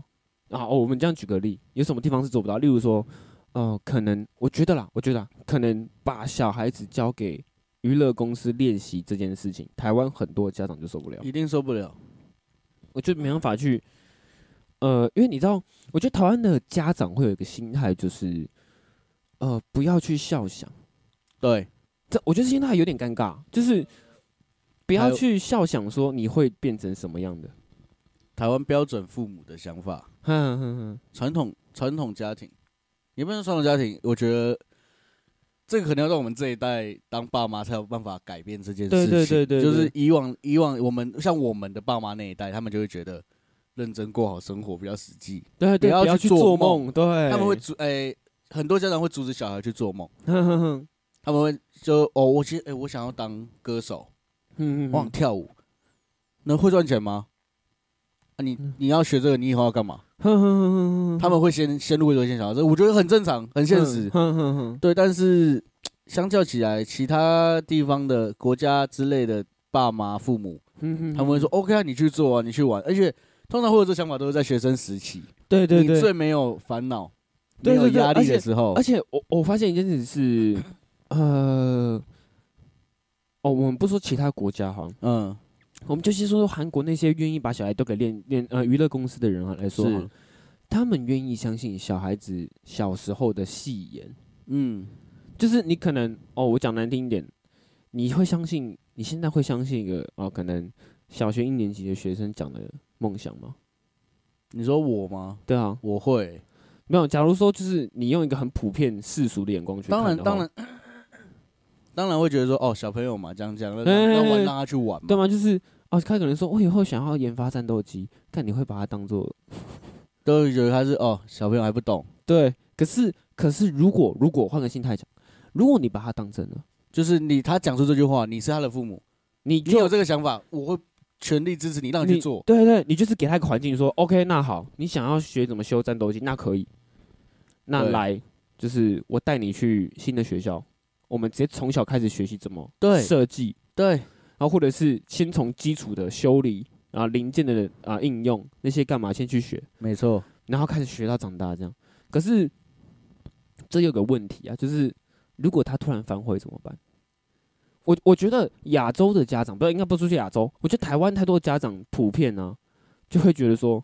Speaker 2: 啊？哦，我们这样举个例，有什么地方是做不到？例如说，呃，可能我觉得啦，我觉得、啊、可能把小孩子交给娱乐公司练习这件事情，台湾很多家长就受不了，
Speaker 3: 一定受不了，
Speaker 2: 我就没办法去。呃，因为你知道，我觉得台湾的家长会有一个心态，就是，呃，不要去笑想。
Speaker 3: 对，
Speaker 2: 这我觉得现在有点尴尬，就是不
Speaker 3: 还
Speaker 2: 要
Speaker 3: 有
Speaker 2: 去笑想说你会变成什么样的。
Speaker 3: 台湾标准父母的想法，
Speaker 2: 哼哼哼，
Speaker 3: 传统传统家庭，也不能说传统家庭，我觉得这个可能要让我们这一代当爸妈才有办法改变这件事
Speaker 2: 对
Speaker 3: 情。
Speaker 2: 对对对对
Speaker 3: 就是以往以往我们像我们的爸妈那一代，他们就会觉得认真过好生活比较实际，
Speaker 2: 对
Speaker 3: 不
Speaker 2: 对，
Speaker 3: 要
Speaker 2: 不要
Speaker 3: 去
Speaker 2: 去
Speaker 3: 做
Speaker 2: 做
Speaker 3: 梦
Speaker 2: 梦，对，
Speaker 3: 他们会阻诶、很多家长会阻止小孩去做梦，
Speaker 2: 哼哼哼，
Speaker 3: 他们会就哦，我其实诶、我想要当歌手，
Speaker 2: 嗯嗯
Speaker 3: 我
Speaker 2: 嗯
Speaker 3: 想
Speaker 2: 嗯
Speaker 3: 跳舞，那会赚钱吗？啊你，你要学这个，你以后要干嘛？
Speaker 2: 哼哼哼哼哼，
Speaker 3: 他们会先先入为主，先想到这，我觉得很正常，很现实。
Speaker 2: 哼哼哼，
Speaker 3: 对，但是相较起来，其他地方的国家之类的爸妈、父母，
Speaker 2: 嗯哼，
Speaker 3: 他们会说、OK 啊，你去做啊，你去玩，而且通常会有这想法都是在学生时期，
Speaker 2: 对对对
Speaker 3: 你，最没有烦恼、
Speaker 2: 对对
Speaker 3: 没有
Speaker 2: 对
Speaker 3: 压力
Speaker 2: 而且
Speaker 3: 的时候
Speaker 2: 而，且我我发现一件事是，呃，哦，我们不说其他国家哈，
Speaker 3: 嗯，
Speaker 2: 我们就先说说韩国那些愿意把小孩都给练练呃娱乐公司的人啊来说好
Speaker 3: 是
Speaker 2: 了，他们愿意相信小孩子小时候的戏言，
Speaker 3: 嗯，
Speaker 2: 就是你可能哦，我讲难听一点，你会相信你现在会相信一个哦，可能小学一年级的学生讲的梦想吗？
Speaker 3: 你说我吗？
Speaker 2: 对啊，
Speaker 3: 我会，
Speaker 2: 没有。啊假如说就是你用一个很普遍世俗的眼光去看
Speaker 3: 当然
Speaker 2: 的话
Speaker 3: 当然，当然会觉得说哦，小朋友嘛，这样这样，那
Speaker 2: 哎哎
Speaker 3: 那玩
Speaker 2: 哎
Speaker 3: 让他去玩嘛，
Speaker 2: 对吗？就是啊，他可能说，我以后想要研发战斗机，但你会把它当做
Speaker 3: 都会觉得他是哦，小朋友还不懂，
Speaker 2: 对。可是，可是如果如果换个心态讲，如果你把它当真了，
Speaker 3: 就是你他讲出这句话，你是他的父母，
Speaker 2: 你
Speaker 3: 你
Speaker 2: 就
Speaker 3: 有这个想法，我会全力支持你，让你去做。
Speaker 2: 对对，你就是给他一个环境说，OK，那好，你想要学怎么修战斗机，那可以，那
Speaker 3: 对
Speaker 2: 来，就是我带你去新的学校，我们直接从小开始学习怎么
Speaker 3: 对
Speaker 2: 设计，
Speaker 3: 对，
Speaker 2: 然后或者是先从基础的修理啊、零件的啊、应用那些干嘛先去学，
Speaker 3: 没错，
Speaker 2: 然后开始学到长大这样。可是这有个问题啊，就是如果他突然反悔怎么办？我我觉得亚洲的家长，不是应该不是说亚洲，我觉得台湾太多家长普遍呢、就会觉得说，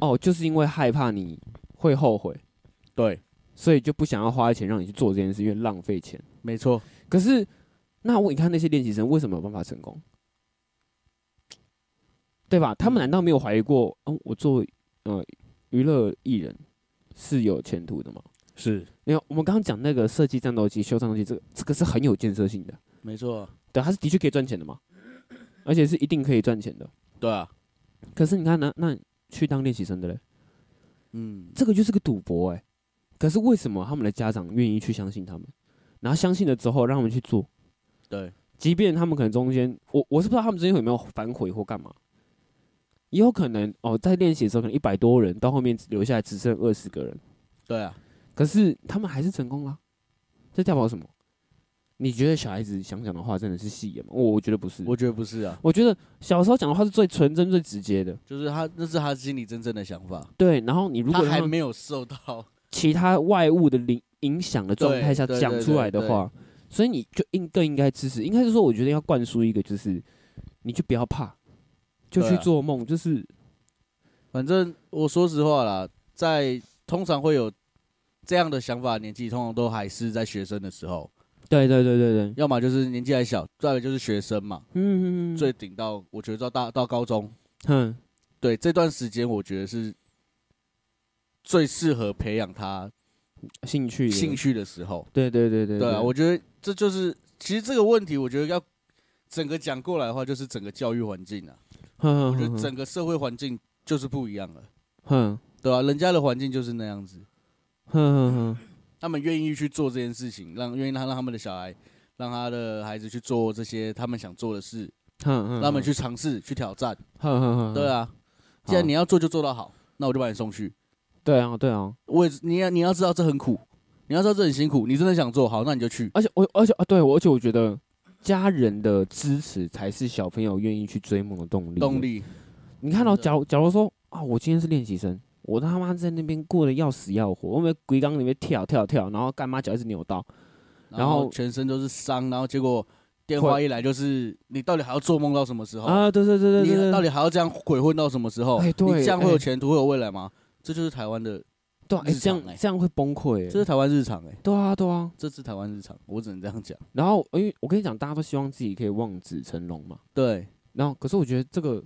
Speaker 2: 哦，就是因为害怕你会后悔，
Speaker 3: 对，
Speaker 2: 所以就不想要花钱让你去做这件事，因为浪费钱。
Speaker 3: 没错，
Speaker 2: 可是，那我你看那些练习生为什么有办法成功？对吧？他们难道没有怀疑过，嗯，我做呃娱乐艺人是有前途的吗？
Speaker 3: 是
Speaker 2: 因为我们刚刚讲那个设计战斗机、修战斗机，这个这个是很有建设性的，
Speaker 3: 没错，
Speaker 2: 对，它是的确可以赚钱的嘛，而且是一定可以赚钱的。
Speaker 3: 对啊，
Speaker 2: 可是你看那那去当练习生的嘞，
Speaker 3: 嗯，
Speaker 2: 这个就是个赌博哎、可是为什么他们的家长愿意去相信他们，然后相信了之后让他们去做？
Speaker 3: 对，
Speaker 2: 即便他们可能中间，我我是不知道他们之间有没有反悔或干嘛，也有可能哦，在练习的时候可能一百多人，到后面只留下来只剩二十个人，
Speaker 3: 对啊，
Speaker 2: 可是他们还是成功了，这代表什么？你觉得小孩子想讲的话真的是戏言吗？我我觉得不是，我
Speaker 3: 我觉得不是啊，
Speaker 2: 我觉得小时候讲的话是最纯真、最直接的，
Speaker 3: 就是他那是他心里真正的想法，
Speaker 2: 对。然后你如
Speaker 3: 他
Speaker 2: 果
Speaker 3: 还
Speaker 2: 让
Speaker 3: 没有受到， (laughs)
Speaker 2: 其他外物的影影响的状态下
Speaker 3: 对对
Speaker 2: 讲出来的
Speaker 3: 对对
Speaker 2: 话，所以你就应更应该支持，应该是说，我觉得要灌输一个，就是你就不要怕，就去
Speaker 3: 对啊
Speaker 2: 做梦，就是
Speaker 3: 反正我说实话啦，在通常会有这样的想法，年纪通常都还是在学生的时候，
Speaker 2: 对对对对对，
Speaker 3: 要么就是年纪还小，再来就是学生嘛，
Speaker 2: 嗯，嗯嗯
Speaker 3: 最顶到我觉得到大到高中，
Speaker 2: 嗯
Speaker 3: 对这段时间，我觉得是最适合培养他
Speaker 2: 兴趣的
Speaker 3: 兴，趣的时候。
Speaker 2: 对对对对
Speaker 3: 对啊，我觉得这就是其实这个问题，我觉得要整个讲过来的话，就是整个教育环境啊，
Speaker 2: 我
Speaker 3: 我觉得整个社会环境就是不一样了，
Speaker 2: 哼
Speaker 3: 对啊，人家的环境就是那样子，
Speaker 2: 哼哼哼，
Speaker 3: 他们愿意去做这件事情，让愿意让让他们的小孩，让他的孩子去做这些他们想做的事，
Speaker 2: 哼嗯哼，
Speaker 3: 让他们去尝试去挑战。
Speaker 2: 哼哼哼，
Speaker 3: 对
Speaker 2: 啊
Speaker 3: 啊，既然你要做就做到好，那我就把你送去。
Speaker 2: 对啊对啊，
Speaker 3: 我也是你要你要知道这很苦，你要知道这很辛苦，你真的想做好，那你就去。
Speaker 2: 而且我而且啊对我而且我觉得家人的支持才是小朋友愿意去追梦的动力
Speaker 3: 动。力，
Speaker 2: 你看到、
Speaker 3: 真的
Speaker 2: 假如假如说啊，我今天是练习生。我他妈在那边过得要死要活，我们鬼缸里面跳跳跳，然后干妈脚一直扭到，然
Speaker 3: 然
Speaker 2: 后
Speaker 3: 后全身都是伤，然后结果电话一来就是你到底还要做梦到什么时候？
Speaker 2: 啊，对对对对
Speaker 3: 哦你
Speaker 2: 对
Speaker 3: 到
Speaker 2: 对，
Speaker 3: 底还要这样鬼混到什么时候？
Speaker 2: 哎对
Speaker 3: 你这样会
Speaker 2: 哎
Speaker 3: 有前途，会有未来吗？这就是台湾的，
Speaker 2: 对啊，哎
Speaker 3: 日
Speaker 2: 这样
Speaker 3: 常哎
Speaker 2: 这样会崩溃，
Speaker 3: 这是
Speaker 2: 哎
Speaker 3: 台湾日常哎、
Speaker 2: 对啊对啊，
Speaker 3: 这是台湾日常，我只能这样讲。
Speaker 2: 然后，因为我跟你讲，大家都希望自己可以望子成龙嘛。
Speaker 3: 对，
Speaker 2: 然后，可是我觉得这个，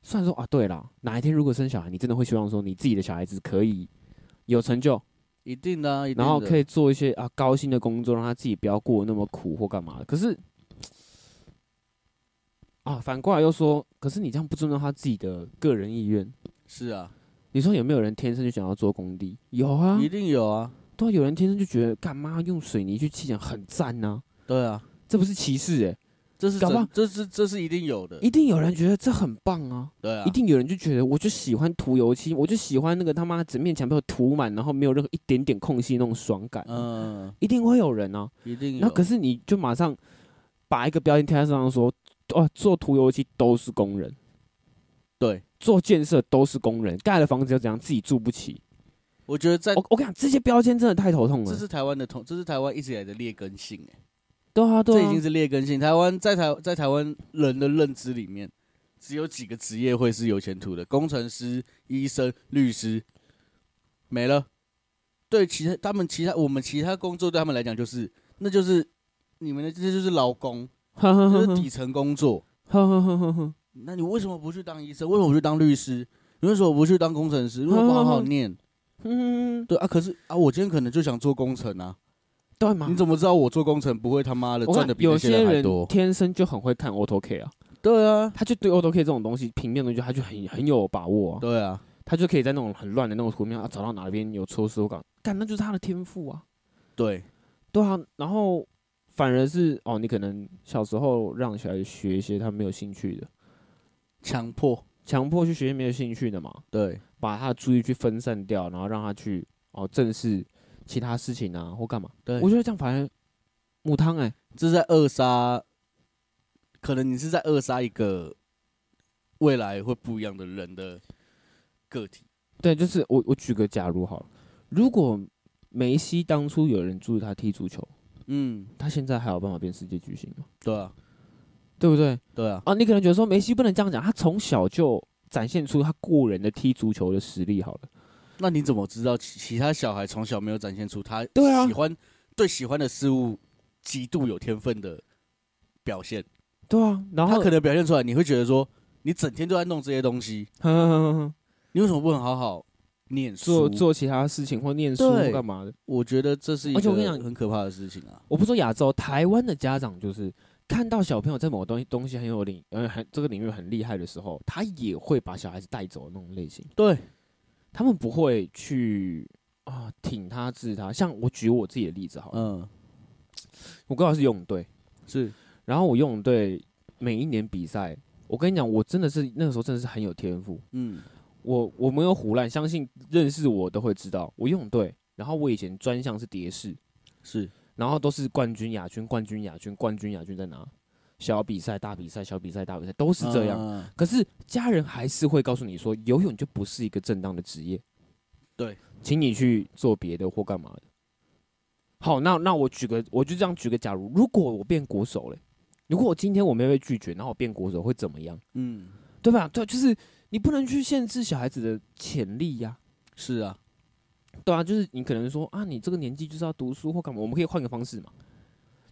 Speaker 2: 虽然说啊，对啦，哪一天如果生小孩，你真的会希望说你自己的小孩子可以有成就，
Speaker 3: 一定的、啊，一定的。
Speaker 2: 然后可以做一些啊高薪的工作，让他自己不要过得那么苦或干嘛的。可是，啊，反过来又说，可是你这样不尊重他自己的个人意愿。
Speaker 3: 是啊，
Speaker 2: 你说有没有人天生就想要做工地？有啊，
Speaker 3: 一定有啊，
Speaker 2: 对啊，有人天生就觉得干嘛用水泥去砌墙很赞呐、
Speaker 3: 对啊，
Speaker 2: 这不是歧视诶、
Speaker 3: 这是
Speaker 2: 搞不好
Speaker 3: 真，这是这是一定有的，
Speaker 2: 一定有人觉得这很棒啊，
Speaker 3: 呃对啊，
Speaker 2: 一定有人就觉得我就喜欢涂油漆，我就喜欢那个他妈整面墙被我涂满，然后没有任何一点点空隙那种爽感，
Speaker 3: 嗯，
Speaker 2: 一定会有人啊。
Speaker 3: 一定有。
Speaker 2: 那可是你就马上把一个标签贴在身上说，哦，做涂油漆都是工人，
Speaker 3: 对，
Speaker 2: 做建设都是工人，盖了房子又怎样，自己住不起。
Speaker 3: 我觉得在
Speaker 2: 我我跟你讲，这些标签真的太头痛
Speaker 3: 这
Speaker 2: 了。
Speaker 3: 是台湾的同，这是台湾一直以来的劣根性哎、
Speaker 2: 对啊，对
Speaker 3: 这
Speaker 2: 啊，
Speaker 3: 已经是劣根性。台湾在台在台湾人的认知里面，只有几个职业会是有前途的：工程师、医生、律师，没了。对其他他们其他我们其他工作对他们来讲就是那就是你们的这就是劳工，
Speaker 2: 呵呵
Speaker 3: 就
Speaker 2: 呵
Speaker 3: 是
Speaker 2: 呵
Speaker 3: 底层工作。
Speaker 2: 呵呵呵呵，
Speaker 3: 那你为什么不去当医生？为什么不去当律师？你为什么不去当工程师？为什么不好好念？
Speaker 2: 嗯，
Speaker 3: 对啊，可是啊，我今天可能就想做工程啊。
Speaker 2: 对嘛
Speaker 3: 你？怎么知道我做工程不会他妈的
Speaker 2: 我
Speaker 3: 赚
Speaker 2: 看
Speaker 3: 的比
Speaker 2: 有
Speaker 3: 那些
Speaker 2: 些
Speaker 3: 人还
Speaker 2: 人
Speaker 3: 多？
Speaker 2: 天生就很会看 AutoK 啊，
Speaker 3: 对啊，
Speaker 2: 他就对 AutoK 这种东西平面的东西，他就很很有把握、啊，
Speaker 3: 对啊，
Speaker 2: 他就可以在那种很乱的那种图面啊找到哪边有抽丝，我感干那就是他的天赋啊。
Speaker 3: 对，
Speaker 2: 对啊，然后反而是哦，你可能小时候让小孩学一些他没有兴趣的，
Speaker 3: 强迫，
Speaker 2: 强迫去学些没有兴趣的嘛，
Speaker 3: 对，
Speaker 2: 把他的注意去分散掉，然后让他去哦正视其他事情啊或干嘛。
Speaker 3: 对
Speaker 2: 我觉得这样反而母汤哎、
Speaker 3: 这是在扼杀，可能你是在扼杀一个未来会不一样的人的个体。
Speaker 2: 对，就是我我举个假如好了，如果梅西当初有人注意他踢足球，
Speaker 3: 嗯，
Speaker 2: 他现在还有办法变世界巨星吗？
Speaker 3: 对啊，
Speaker 2: 对不对？
Speaker 3: 对啊，
Speaker 2: 啊，你可能觉得说梅西不能这样讲，他从小就展现出他过人的踢足球的实力好了。
Speaker 3: 那你怎么知道其其他小孩从小没有展现出他
Speaker 2: 对啊
Speaker 3: 喜欢对喜欢的事物极度有天分的表现？
Speaker 2: 对啊，然后
Speaker 3: 他可能表现出来，你会觉得说，你整天都在弄这些
Speaker 2: (laughs)
Speaker 3: 东西，
Speaker 2: 哼哼哼哼
Speaker 3: 你为什么不能好好念书？
Speaker 2: 做做其他事情或念书
Speaker 3: 对
Speaker 2: 或干嘛的。
Speaker 3: 我觉得这是一
Speaker 2: 而且我跟你
Speaker 3: 个
Speaker 2: 讲
Speaker 3: 很可怕的事情啊。
Speaker 2: 我不说亚洲，台湾的家长就是看到小朋友在某东西东西很有领，呃，很这个领域很厉害的时候，他也会把小孩子带走的那种类型。
Speaker 3: 对，
Speaker 2: 他们不会去啊挺他治他。像我举我自己的例子好了，
Speaker 3: 嗯，
Speaker 2: 我刚好是游泳队，
Speaker 3: 是，
Speaker 2: 然后我游泳队每一年比赛，我跟你讲，我真的是那个时候真的是很有天赋。
Speaker 3: 嗯，
Speaker 2: 我我没有胡乱，相信认识我都会知道，我游泳队，然后我以前专项是蝶式。
Speaker 3: 是，
Speaker 2: 然后都是冠军、亚军、冠军、亚军、冠军、亚军在拿小比赛、大比赛、小比赛、大比赛都是这样。
Speaker 3: 嗯。
Speaker 2: 可是家人还是会告诉你说，游泳就不是一个正当的职业。
Speaker 3: 对，
Speaker 2: 请你去做别的或干嘛的。好，那那我举个，我就这样举个，假如如果我变国手嘞，如果我今天我没被拒绝，然后我变国手会怎么样？
Speaker 3: 嗯，
Speaker 2: 对吧？对，就是你不能去限制小孩子的潜力呀、
Speaker 3: 是啊，
Speaker 2: 对啊，就是你可能说啊，你这个年纪就是要读书或干嘛，我们可以换个方式嘛，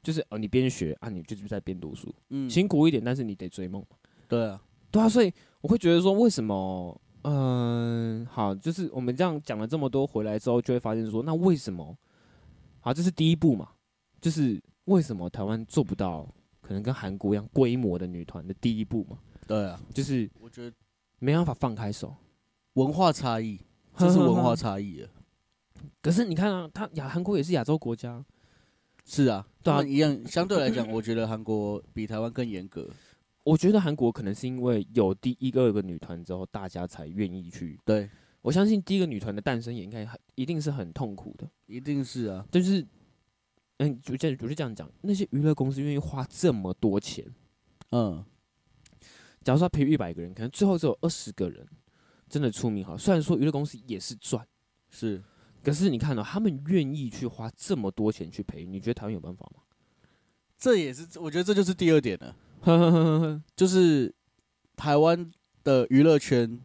Speaker 2: 就是哦，你边学啊，你就是在边读书，
Speaker 3: 嗯，
Speaker 2: 辛苦一点，但是你得追梦嘛。
Speaker 3: 对啊，
Speaker 2: 对啊，所以我会觉得说，为什么？嗯，好，就是我们这样讲了这么多，回来之后就会发现说，那为什么？好，这是第一步嘛，就是为什么台湾做不到，可能跟韩国一样规模的女团的第一步嘛，
Speaker 3: 对啊，
Speaker 2: 就是
Speaker 3: 我觉得
Speaker 2: 没办法放开手。
Speaker 3: 文化差异，这是文 (laughs) 化差异了。
Speaker 2: 可是你看啊，他亚韩国也是亚洲国家，啊
Speaker 3: 是啊，
Speaker 2: 对啊
Speaker 3: 他们一样，相对来讲，我觉得韩国比台湾更严格。
Speaker 2: 我觉得韩国可能是因为有第一个个女团之后，大家才愿意去。
Speaker 3: 对，
Speaker 2: 我相信第一个女团的诞生也应该很一定是很痛苦的，
Speaker 3: 一定是啊，
Speaker 2: 就是，嗯，就这样我就这样讲，那些娱乐公司愿意花这么多钱，
Speaker 3: 嗯，
Speaker 2: 假如说他培育一百个人，可能最后只有二十个人真的出名好。虽然说娱乐公司也是赚，
Speaker 3: 是
Speaker 2: 可是你看到、他们愿意去花这么多钱去培育，你觉得台湾有办法吗？ (laughs)
Speaker 3: 这也是我觉得这就是第二点了，
Speaker 2: 呵呵呵呵，
Speaker 3: 就是台湾的娱乐圈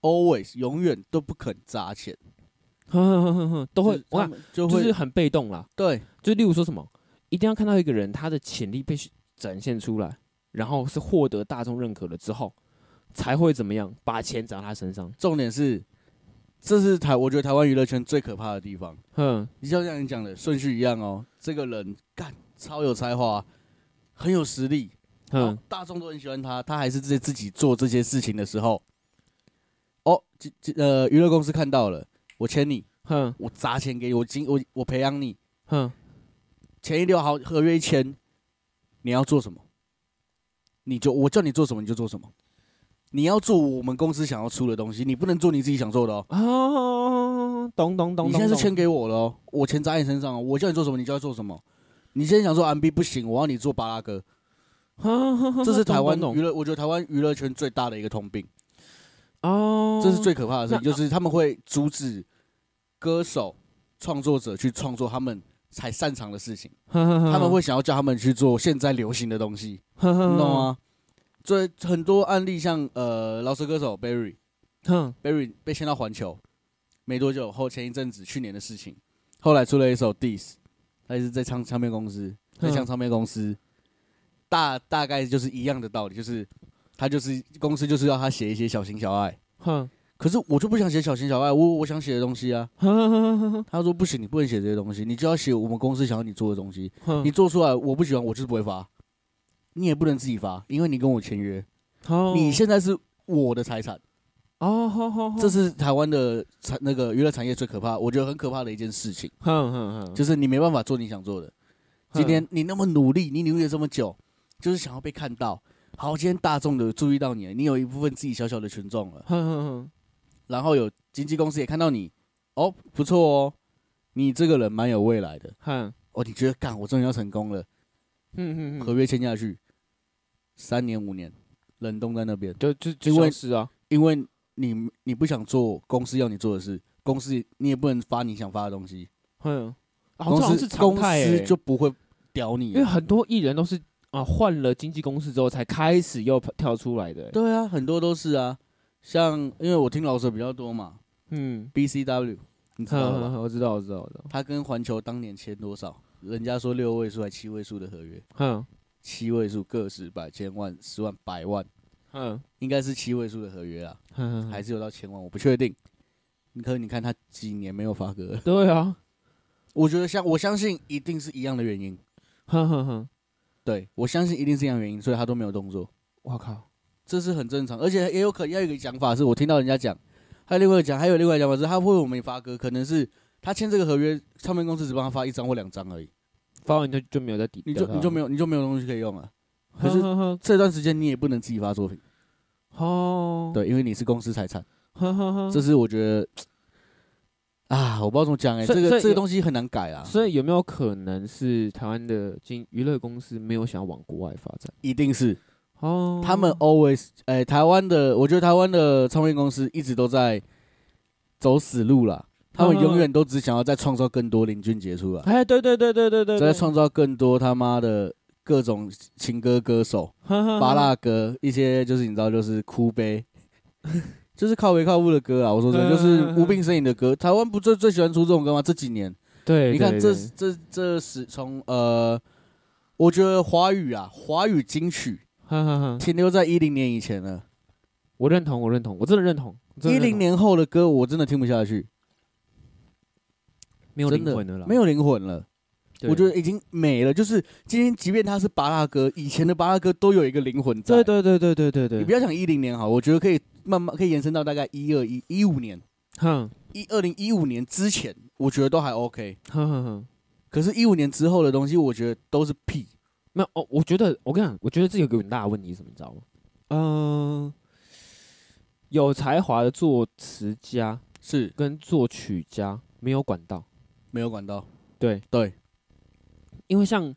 Speaker 3: always 永远都不肯砸钱，
Speaker 2: 呵呵呵呵，都
Speaker 3: 就
Speaker 2: 会
Speaker 3: 是，
Speaker 2: 我
Speaker 3: 他
Speaker 2: 看
Speaker 3: 们就
Speaker 2: 就
Speaker 3: 会、
Speaker 2: 是很被动啦。
Speaker 3: 对
Speaker 2: 就例如说什么，一定要看到一个人他的潜力被展现出来，然后是获得大众认可了之后，才会怎么样把钱砸他身上。
Speaker 3: 重点是，这是台，我觉得台湾娱乐圈最可怕的地方。
Speaker 2: 哼，
Speaker 3: 你就像你讲的顺序一样哦，这个人干超有才华，很有实力，
Speaker 2: 哼，
Speaker 3: 大众都很喜欢他，他还是在自己做这些事情的时候，哦，这这呃，娱乐公司看到了，我签你，
Speaker 2: 哼，
Speaker 3: 我砸钱给你，我今我我培养你，
Speaker 2: 哼，
Speaker 3: 钱一留好，合约一签，你要做什么？你就我叫你做什么你就做什么，你要做我们公司想要出的东西，你不能做你自己想做的哦。
Speaker 2: 啊，懂懂懂，
Speaker 3: 你现在是签给我了哦，我钱砸你身上哦，我叫你做什么你就要做什么。你现在想说 MB 不行，我要你做巴拉
Speaker 2: (laughs)
Speaker 3: 格，
Speaker 2: 懂，
Speaker 3: 这是
Speaker 2: (laughs)
Speaker 3: 台湾
Speaker 2: 懂
Speaker 3: 娱乐，我觉得台湾娱乐圈最大的一个通病，
Speaker 2: 哦，
Speaker 3: 这是最可怕的事情，
Speaker 2: 那
Speaker 3: 就是他们会阻止歌手、创作者去创作他们才擅长的事情，他
Speaker 2: 他
Speaker 3: 们会想要叫他们去做现在流行的东西。
Speaker 2: 你
Speaker 3: 你懂？吗？这很多案例像，呃饶舌歌手 Barry
Speaker 2: 哼
Speaker 3: Barry 被签到环球，没多久后前一阵子去年的事情，后来出了一首 Diss，他也是在唱唱片公司，在唱
Speaker 2: 嗯
Speaker 3: 唱片公司，大大概就是一样的道理，就是他就是公司就是要他写一些小情小爱，
Speaker 2: 哼
Speaker 3: 可是我就不想写小情小爱，我我想写的东西啊，
Speaker 2: 哼
Speaker 3: 他说不行，你不能写这些东西，你就要写我们公司想要你做的东西，
Speaker 2: 哼，
Speaker 3: 你做出来我不喜欢，我就是不会发，你也不能自己发，因为你跟我签约。
Speaker 2: 哦
Speaker 3: 你现在是我的财产，
Speaker 2: 哦，好好好，
Speaker 3: 这是台湾的产那个娱乐产业最可怕，我觉得很可怕的一件事情，
Speaker 2: 哼哼哼，
Speaker 3: 就是你没办法做你想做的。
Speaker 2: 嗯
Speaker 3: 今天你那么努力，你努力了这么久，就是想要被看到。好，今天大众有注意到你了，你有一部分自己小小的群众了，
Speaker 2: 哼哼
Speaker 3: 然后有经纪公司也看到你，哦，不错哦，你这个人蛮有未来的。
Speaker 2: 哼哼，
Speaker 3: 哦，你觉得干，我终于要成功了，
Speaker 2: 嗯嗯
Speaker 3: 合
Speaker 2: 嗯，
Speaker 3: 约签下去，三年五年，冷冻在那边。
Speaker 2: 就就就
Speaker 3: 因
Speaker 2: 消
Speaker 3: 为
Speaker 2: 失啊，
Speaker 3: 因为你你不想做公司要你做的事，公司你也不能发你想发的东西，
Speaker 2: 哼，好
Speaker 3: 公
Speaker 2: 像好像
Speaker 3: 司
Speaker 2: 是常态
Speaker 3: 公
Speaker 2: 欸
Speaker 3: 司就不会屌你
Speaker 2: 因
Speaker 3: 啊
Speaker 2: 为。很多艺人都是啊换了经纪公司之后才开始又跳出来的欸，
Speaker 3: 对啊，很多都是啊，像因为我听老舍比较多嘛
Speaker 2: 嗯，
Speaker 3: ，BCW 你知道
Speaker 2: 哼
Speaker 3: 吧？
Speaker 2: 哼，我知道我知道我知道，
Speaker 3: 他跟环球当年签多少？人家说六位数还七位数的合约，
Speaker 2: 哼
Speaker 3: 七位数个十百千万十万百万，
Speaker 2: 哼
Speaker 3: 应该是七位数的合约啊，
Speaker 2: 哼，
Speaker 3: 还是有到千万，我不确定。可是你看他几年没有发歌了，
Speaker 2: 对啊，
Speaker 3: 我觉得像我相信一定是一样的原因。
Speaker 2: 哼哼哼，
Speaker 3: 对，我相信一定是这样的原因，所以他都没有动作，
Speaker 2: 我靠，
Speaker 3: 这是很正常。而且也有可能要有一个讲法，是我听到人家讲，还有另外一个讲，还有另外一个讲法是，他为我们发歌，可能是他签这个合约，唱片公司只帮他发一张或两张而已，
Speaker 2: 发完就就没有再抵，
Speaker 3: 你就你就没
Speaker 2: 有，
Speaker 3: 有你就没有东西可以用了。可
Speaker 2: 可
Speaker 3: 是
Speaker 2: 是
Speaker 3: 这段时间你也不能自己发作品，
Speaker 2: 哦，
Speaker 3: 对，因为你是公司财产，
Speaker 2: 哼哼哼，
Speaker 3: 这是我觉得。啊，我不知道怎么讲哎、
Speaker 2: 所
Speaker 3: 这
Speaker 2: 以
Speaker 3: 个
Speaker 2: 所以
Speaker 3: 这个
Speaker 2: 有
Speaker 3: 东西很难改啊，
Speaker 2: 所以有没有可能是台湾的经娱乐公司没有想要往国外发展？
Speaker 3: 一定是
Speaker 2: 哦
Speaker 3: 他们 always 哎、台湾的，我觉得台湾的唱片公司一直都在走死路啦，他
Speaker 2: 嗯
Speaker 3: 们永远都只想要再创造更多林俊杰出来，
Speaker 2: 哎，对对对对对对，
Speaker 3: 再创造更多他妈的各种情歌歌手、
Speaker 2: 巴
Speaker 3: 巴拉歌，一些就是你知道就是
Speaker 2: (laughs)
Speaker 3: 哭悲，就是靠北靠物的歌啊。我说
Speaker 2: 嗯
Speaker 3: 真的，就是无病呻吟的歌。台湾不最最喜欢出这种歌吗？这几年
Speaker 2: 对，
Speaker 3: 你看
Speaker 2: 对
Speaker 3: 这
Speaker 2: 对
Speaker 3: 这这是从呃，我觉得华语啊，华语金曲
Speaker 2: 哼哼哼
Speaker 3: 停留在一零年以前了。
Speaker 2: 我认同，我认同，我真的认同，我真
Speaker 3: 一
Speaker 2: 的认
Speaker 3: 零
Speaker 2: 同
Speaker 3: 年后的歌我真的听不下去，
Speaker 2: 没有
Speaker 3: 真
Speaker 2: 灵
Speaker 3: 的
Speaker 2: 魂了啦，
Speaker 3: 没有灵魂了。
Speaker 2: 对，
Speaker 3: 我觉得已经没了。就是今天，即便他是巴拉歌，以前的巴拉歌都有一个灵魂在。
Speaker 2: 对对对对对对对，
Speaker 3: 你不要讲一零年好，我觉得可以慢慢可以延伸到大概一二一一五年，
Speaker 2: 哼
Speaker 3: 一二零一五年之前，我觉得都还 OK。
Speaker 2: 哼哼哼，
Speaker 3: 可是，一五年之后的东西，我觉得都是屁。
Speaker 2: 没有哦，我觉得我跟你讲，我觉得这有个很大的问题，是什么你知道吗？嗯，有才华的作词家
Speaker 3: 是
Speaker 2: 跟作曲家没有管到，
Speaker 3: 没有管到，
Speaker 2: 对
Speaker 3: 对，
Speaker 2: 因为像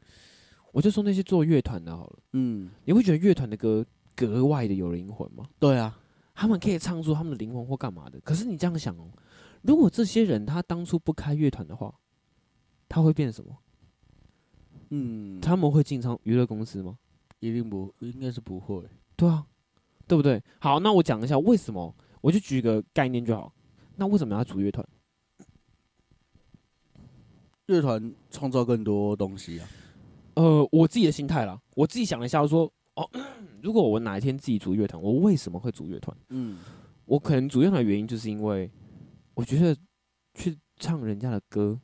Speaker 2: 我就说那些做乐团的好了。
Speaker 3: 嗯，
Speaker 2: 你会觉得乐团的歌格外的有灵魂吗？
Speaker 3: 对啊，
Speaker 2: 他们可以唱出他们的灵魂或干嘛的。可是你这样想哦，如果这些人他当初不开乐团的话，他会变什么？
Speaker 3: 嗯，
Speaker 2: 他们会进唱娱乐公司吗？
Speaker 3: 一定不，应该是不会。
Speaker 2: 对啊，对不对？好，那我讲一下为什么，我就举一个概念就好。那为什么要组乐团？
Speaker 3: 乐团创造更多东西啊，
Speaker 2: 呃，我自己的心态啦，我自己想了一下，我说哦， (clears throat) 如果我哪一天自己组乐团，我为什么会组乐团？
Speaker 3: 嗯，
Speaker 2: 我可能主要的原因就是因为我觉得去唱人家的歌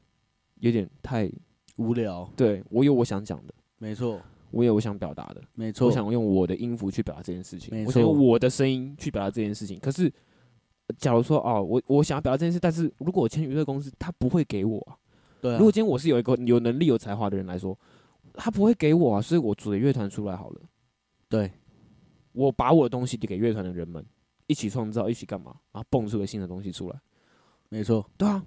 Speaker 2: 有点太
Speaker 3: 无聊，
Speaker 2: 对我有我想讲的，
Speaker 3: 没错，
Speaker 2: 我有我想表达的，
Speaker 3: 没错，
Speaker 2: 我想用我的音符去表达这件事情
Speaker 3: 没，
Speaker 2: 我想
Speaker 3: 错
Speaker 2: 用我的声音去表达这件事情。可是，呃假如说哦，我我想要表达这件事，但是如果我签娱乐公司，他不会给我、啊。
Speaker 3: 对啊
Speaker 2: 如果今天我是有一个有能力、有才华的人来说，他不会给我啊，所以我组的乐团出来好了。
Speaker 3: 对，
Speaker 2: 我把我的东西给乐团的人们，一起创造，一起干嘛，然后蹦出个新的东西出来。
Speaker 3: 没错。
Speaker 2: 对啊，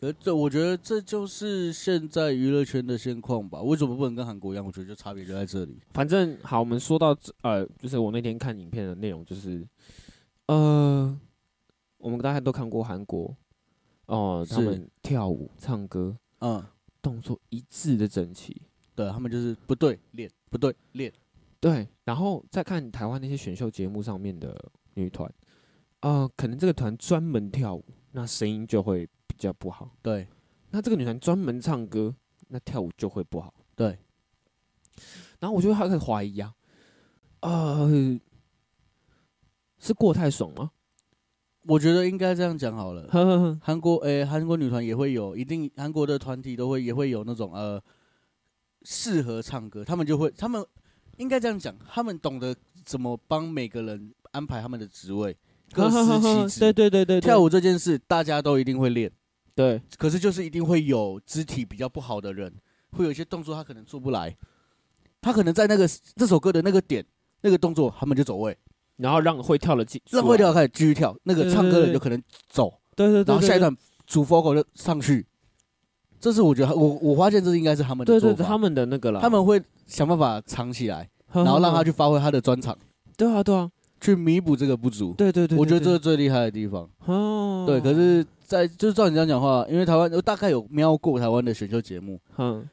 Speaker 3: 可是这我觉得这就是现在娱乐圈的现况吧？为什么不能跟韩国一样？我觉得就差别就在这里。
Speaker 2: 反正好，我们说到这呃，就是我那天看影片的内容，就是呃，我们大家都看过韩国哦、他
Speaker 3: 是
Speaker 2: 们跳舞、唱歌，
Speaker 3: 嗯，
Speaker 2: 动作一致的整齐。
Speaker 3: 对他们就是不对练，不对练，
Speaker 2: 对，然后再看台湾那些选秀节目上面的女团，呃，可能这个团专门跳舞，那声音就会比较不好；
Speaker 3: 对
Speaker 2: 那这个女团专门唱歌，那跳舞就会不好。
Speaker 3: 对，
Speaker 2: 然后我就还开始怀疑啊，呃，是过太爽吗？
Speaker 3: 我觉得应该这样讲好了。
Speaker 2: 呵呵 (laughs) 呵，
Speaker 3: 韩国诶，韩、国女团也会有，一定韩国的团体都会也会有那种呃适合唱歌，他们就会，他们应该这样讲，他们懂得怎么帮每个人安排他们的职位，各司其
Speaker 2: (laughs)
Speaker 3: 职。
Speaker 2: 对对对对，
Speaker 3: 跳舞这件事大家都一定会练，
Speaker 2: 对
Speaker 3: 可是就是一定会有肢体比较不好的人，会有一些动作他可能做不来，他可能在那个这首歌的那个点那个动作，他们就走位，
Speaker 2: 然后让会跳的进，
Speaker 3: 让会跳开始继续跳，那个唱歌的人就可能走，
Speaker 2: 对对对，
Speaker 3: 然后下一
Speaker 2: 对
Speaker 3: 段主 vocal 就上去，这是我觉得他我我发现这应该是他们的
Speaker 2: 对
Speaker 3: 做
Speaker 2: 对
Speaker 3: 法，
Speaker 2: 对他们嗯的那个了，
Speaker 3: 他们会想办法藏起来，
Speaker 2: 呵呵
Speaker 3: 然后让
Speaker 2: 呵
Speaker 3: 他去发挥他的专长，
Speaker 2: 对啊对啊，
Speaker 3: 去弥补这个不足。
Speaker 2: 对对对，
Speaker 3: 我觉得
Speaker 2: 对
Speaker 3: 这是最厉害的地方。
Speaker 2: 哦，
Speaker 3: 对，可是在，就是照你这样讲话，因为台湾我大概有瞄过台湾的选秀节目。
Speaker 2: 嗯，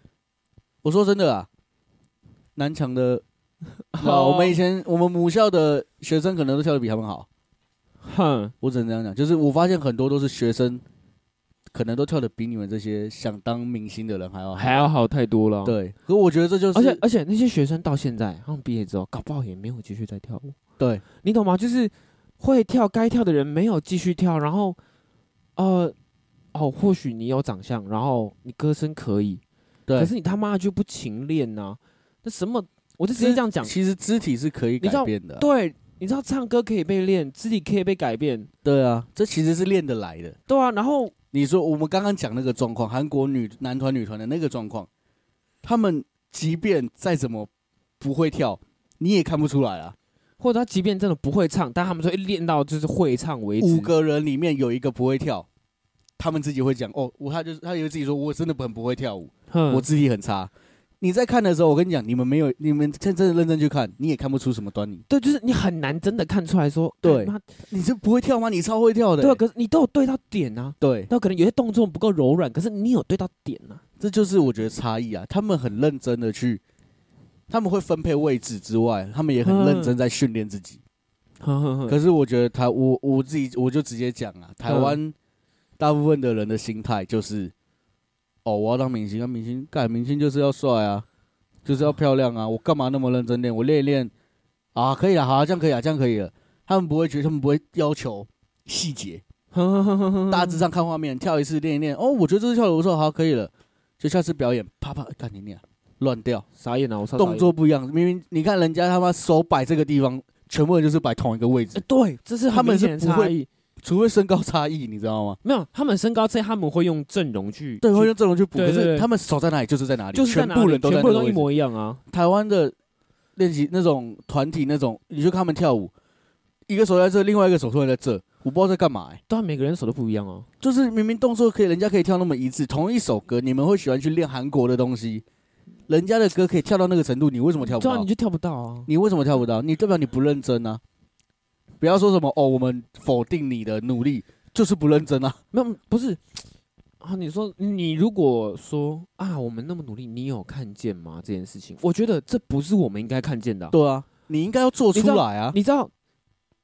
Speaker 3: 我说真的啊，南
Speaker 2: (laughs)
Speaker 3: 强的，啊，
Speaker 2: 哦
Speaker 3: 我们以前我们母校的学生可能都跳的比他们好。
Speaker 2: 哼，
Speaker 3: 我只能这样讲，就是我发现很多都是学生，可能都跳的比你们这些想当明星的人还要
Speaker 2: 还
Speaker 3: 好。
Speaker 2: 要好太多了。，
Speaker 3: 对，可我觉得这就是，
Speaker 2: 而且而且那些学生到现在，他们毕业之后，搞不好也没有继续在跳舞，
Speaker 3: 对
Speaker 2: 你懂吗？就是会跳该跳的人没有继续跳，然后呃，哦，或许你有长相，然后你歌声可以，
Speaker 3: 对，
Speaker 2: 可是你他妈就不勤练呐、那什么，我就直接这样讲，
Speaker 3: 其实肢体是可以
Speaker 2: 你知道
Speaker 3: 改变的啊、
Speaker 2: 对。你知道唱歌可以被练，肢体可以被改变，
Speaker 3: 对啊，这其实是练得来的。
Speaker 2: 对啊。然后
Speaker 3: 你说我们刚刚讲那个状况，韩国女男团女团的那个状况，他们即便再怎么不会跳，你也看不出来啊。
Speaker 2: 或者他即便真的不会唱，但他们说一哎练到就是会唱为止。
Speaker 3: 五个人里面有一个不会跳，他们自己会讲哦，我他就是他也会自己说，我真的很不会跳舞，
Speaker 2: 哼，
Speaker 3: 我肢体很差。你在看的时候，我跟你讲，你们没有，你们真真的认真去看，你也看不出什么端倪。
Speaker 2: 对，就是你很难真的看出来说，
Speaker 3: 对
Speaker 2: 哎妈
Speaker 3: 你是不会跳吗？你超会跳的、欸
Speaker 2: 对啊，可是你都有对到点啊。
Speaker 3: 对，
Speaker 2: 那可能有些动作不够柔软，可是你有对到点啊。
Speaker 3: 这就是我觉得差异啊。他们很认真的去，他们会分配位置之外，他们也很认真在训练自己。
Speaker 2: 可
Speaker 3: 可是我觉得台，我我自己我就直接讲啊，台湾大部分的人的心态就是，哦，我要当明星，当明星，干明星就是要帅啊，就是要漂亮啊，我干嘛那么认真练？我练一练啊，可以了，好啊、这样可以了，这样可以了。他们不会觉得，他们不会要求细节，
Speaker 2: 嗯
Speaker 3: 大致上看画面，跳一次练一练。哦，我觉得这次跳的不错，好，可以了。就下次表演，啪啪，干你娘，乱掉，
Speaker 2: 傻眼啊！我超傻眼
Speaker 3: 动作不一样。明明你看人家他妈手摆这个地方，全部人就是摆同一个位置
Speaker 2: 哎，对，这是
Speaker 3: 他们是
Speaker 2: 很明显的
Speaker 3: 不会
Speaker 2: 差异。
Speaker 3: 除非身高差异，你知道吗？
Speaker 2: 没有，他们身高这他们会用阵容去
Speaker 3: 对，
Speaker 2: 去
Speaker 3: 会用阵容去补，
Speaker 2: 对
Speaker 3: 可
Speaker 2: 对
Speaker 3: 是
Speaker 2: 对
Speaker 3: 他们手在哪里就是在哪里，
Speaker 2: 就是在
Speaker 3: 全
Speaker 2: 哪里
Speaker 3: 部人都在
Speaker 2: 全
Speaker 3: 那
Speaker 2: 部
Speaker 3: 个
Speaker 2: 都一
Speaker 3: 位置。
Speaker 2: 模一样啊。
Speaker 3: 台湾的练习那种团体那种，你就看他们跳舞，一个手在这，另外一个手突然在这，我不知道在干嘛、欸。
Speaker 2: 对啊，每个人手都不一样哦。
Speaker 3: 就是明明动作可以，人家可以跳那么一致，同一首歌，你们会喜欢去练韩国的东西，人家的歌可以跳到那个程度，你为什么跳不
Speaker 2: 对啊，
Speaker 3: 到
Speaker 2: 你？就跳不到啊。
Speaker 3: 你为什么跳不到？你代表你不认真啊！不要说什么哦，我们否定你的努力，就是不认真啊！
Speaker 2: 没有，不是啊？你说你如果说啊，我们那么努力，你有看见吗？这件事情，我觉得这不是我们应该看见的啊。
Speaker 3: 对啊，你应该要做
Speaker 2: 你
Speaker 3: 出
Speaker 2: 知道
Speaker 3: 来啊！
Speaker 2: 你知道，